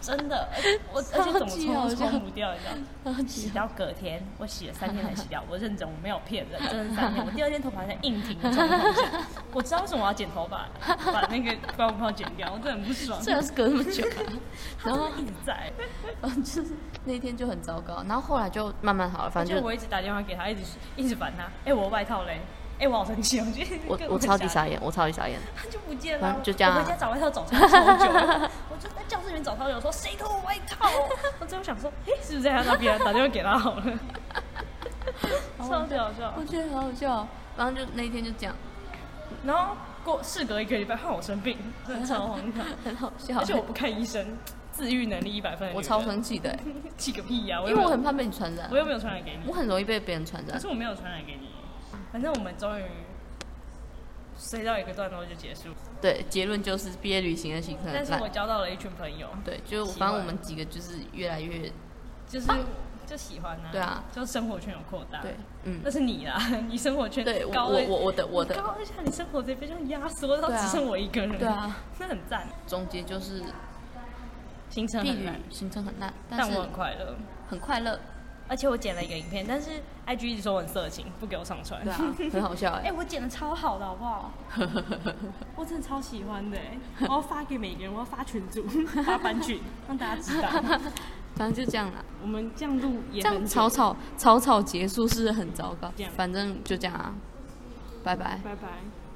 [SPEAKER 1] 真的，我而且
[SPEAKER 2] 超
[SPEAKER 1] 怎么
[SPEAKER 2] 级
[SPEAKER 1] 冲
[SPEAKER 2] 好
[SPEAKER 1] 都
[SPEAKER 2] 笑
[SPEAKER 1] 冲不掉，你知道？
[SPEAKER 2] 然后
[SPEAKER 1] 洗到隔天，我洗了三天才洗掉，我认真，我没有骗人，真的是三天。我第二天头发才硬挺的冲头下，我知道为什么我要剪头发，把那个刮胡泡剪掉，我真的很不爽。
[SPEAKER 2] 虽然是隔那么久、 啊，然后
[SPEAKER 1] 一直在，
[SPEAKER 2] 嗯， 就是那天就很糟糕，然后后来就慢慢好了，反
[SPEAKER 1] 就
[SPEAKER 2] 正就
[SPEAKER 1] 我一直打电话给他，一直一直烦他。哎、我的外套嘞？哎、我好生气哦，我觉得
[SPEAKER 2] 我
[SPEAKER 1] 根本
[SPEAKER 2] 我超级
[SPEAKER 1] 不想
[SPEAKER 2] 傻眼，我超级傻眼。
[SPEAKER 1] 他就不见
[SPEAKER 2] 反
[SPEAKER 1] 了
[SPEAKER 2] 正，就这样啊
[SPEAKER 1] 我回家找外套找超久了，我就在教室里面找超久，说谁偷我外套？我最后想说，哎、是不是在他那边？打电话给他好 了。超级好笑
[SPEAKER 2] 我。觉得好好笑哦，然后就那天就这样，
[SPEAKER 1] 然后过事隔一个礼拜，换我生病， 真的超荒唐。
[SPEAKER 2] 很好笑
[SPEAKER 1] 而。且我不看医生，自愈能力一百分的女人。
[SPEAKER 2] 我超生气的欸，欸
[SPEAKER 1] 气个屁呀、我
[SPEAKER 2] 因
[SPEAKER 1] 又
[SPEAKER 2] 为
[SPEAKER 1] 没
[SPEAKER 2] 我
[SPEAKER 1] 有
[SPEAKER 2] 很怕被你传染
[SPEAKER 1] 我，又没有传染给你
[SPEAKER 2] 我，很容易被别人传
[SPEAKER 1] 可
[SPEAKER 2] 染
[SPEAKER 1] 是。我没有传染给你。反正我们终于塞到一个段落就结束，
[SPEAKER 2] 对，结论就是毕业旅行的行程
[SPEAKER 1] 但
[SPEAKER 2] 很
[SPEAKER 1] 是我
[SPEAKER 2] 烂。
[SPEAKER 1] 交到了一群朋友。
[SPEAKER 2] 对，就是我
[SPEAKER 1] 喜
[SPEAKER 2] 反正我
[SPEAKER 1] 欢
[SPEAKER 2] 们几个就是越来越
[SPEAKER 1] 就是、就喜欢啊，
[SPEAKER 2] 啊对啊，
[SPEAKER 1] 就生活圈有扩大，
[SPEAKER 2] 对，，嗯
[SPEAKER 1] 那，是你啦， 你生活圈
[SPEAKER 2] 对我
[SPEAKER 1] 高欸
[SPEAKER 2] 我我我的我
[SPEAKER 1] 你
[SPEAKER 2] 的
[SPEAKER 1] 高二下你生活这边就压缩到
[SPEAKER 2] 对啊
[SPEAKER 1] 只剩我一个人，
[SPEAKER 2] 对，啊，
[SPEAKER 1] 那很赞，
[SPEAKER 2] 总结就是
[SPEAKER 1] 行程
[SPEAKER 2] 毕
[SPEAKER 1] 很
[SPEAKER 2] 旅
[SPEAKER 1] 难，
[SPEAKER 2] 行程很烂，但
[SPEAKER 1] 但
[SPEAKER 2] 是
[SPEAKER 1] 我很快乐，
[SPEAKER 2] 很快乐，
[SPEAKER 1] 而且我剪了一个影片，但是 IG 一直说我很色情，不给我上传，
[SPEAKER 2] 对啊，很好笑
[SPEAKER 1] 哎、
[SPEAKER 2] 哎。
[SPEAKER 1] 我剪的超好的，好不 好？我真的超喜欢的、哎我要发给每个人，我要发群组， 发班群，让大家知 道。
[SPEAKER 2] 反正就这样啦，
[SPEAKER 1] 我们这样录也
[SPEAKER 2] 这样
[SPEAKER 1] 很
[SPEAKER 2] 草
[SPEAKER 1] 久，
[SPEAKER 2] 草草草结束是很糟糕
[SPEAKER 1] 这样。
[SPEAKER 2] 反正就这样啊，拜拜。
[SPEAKER 1] 拜拜。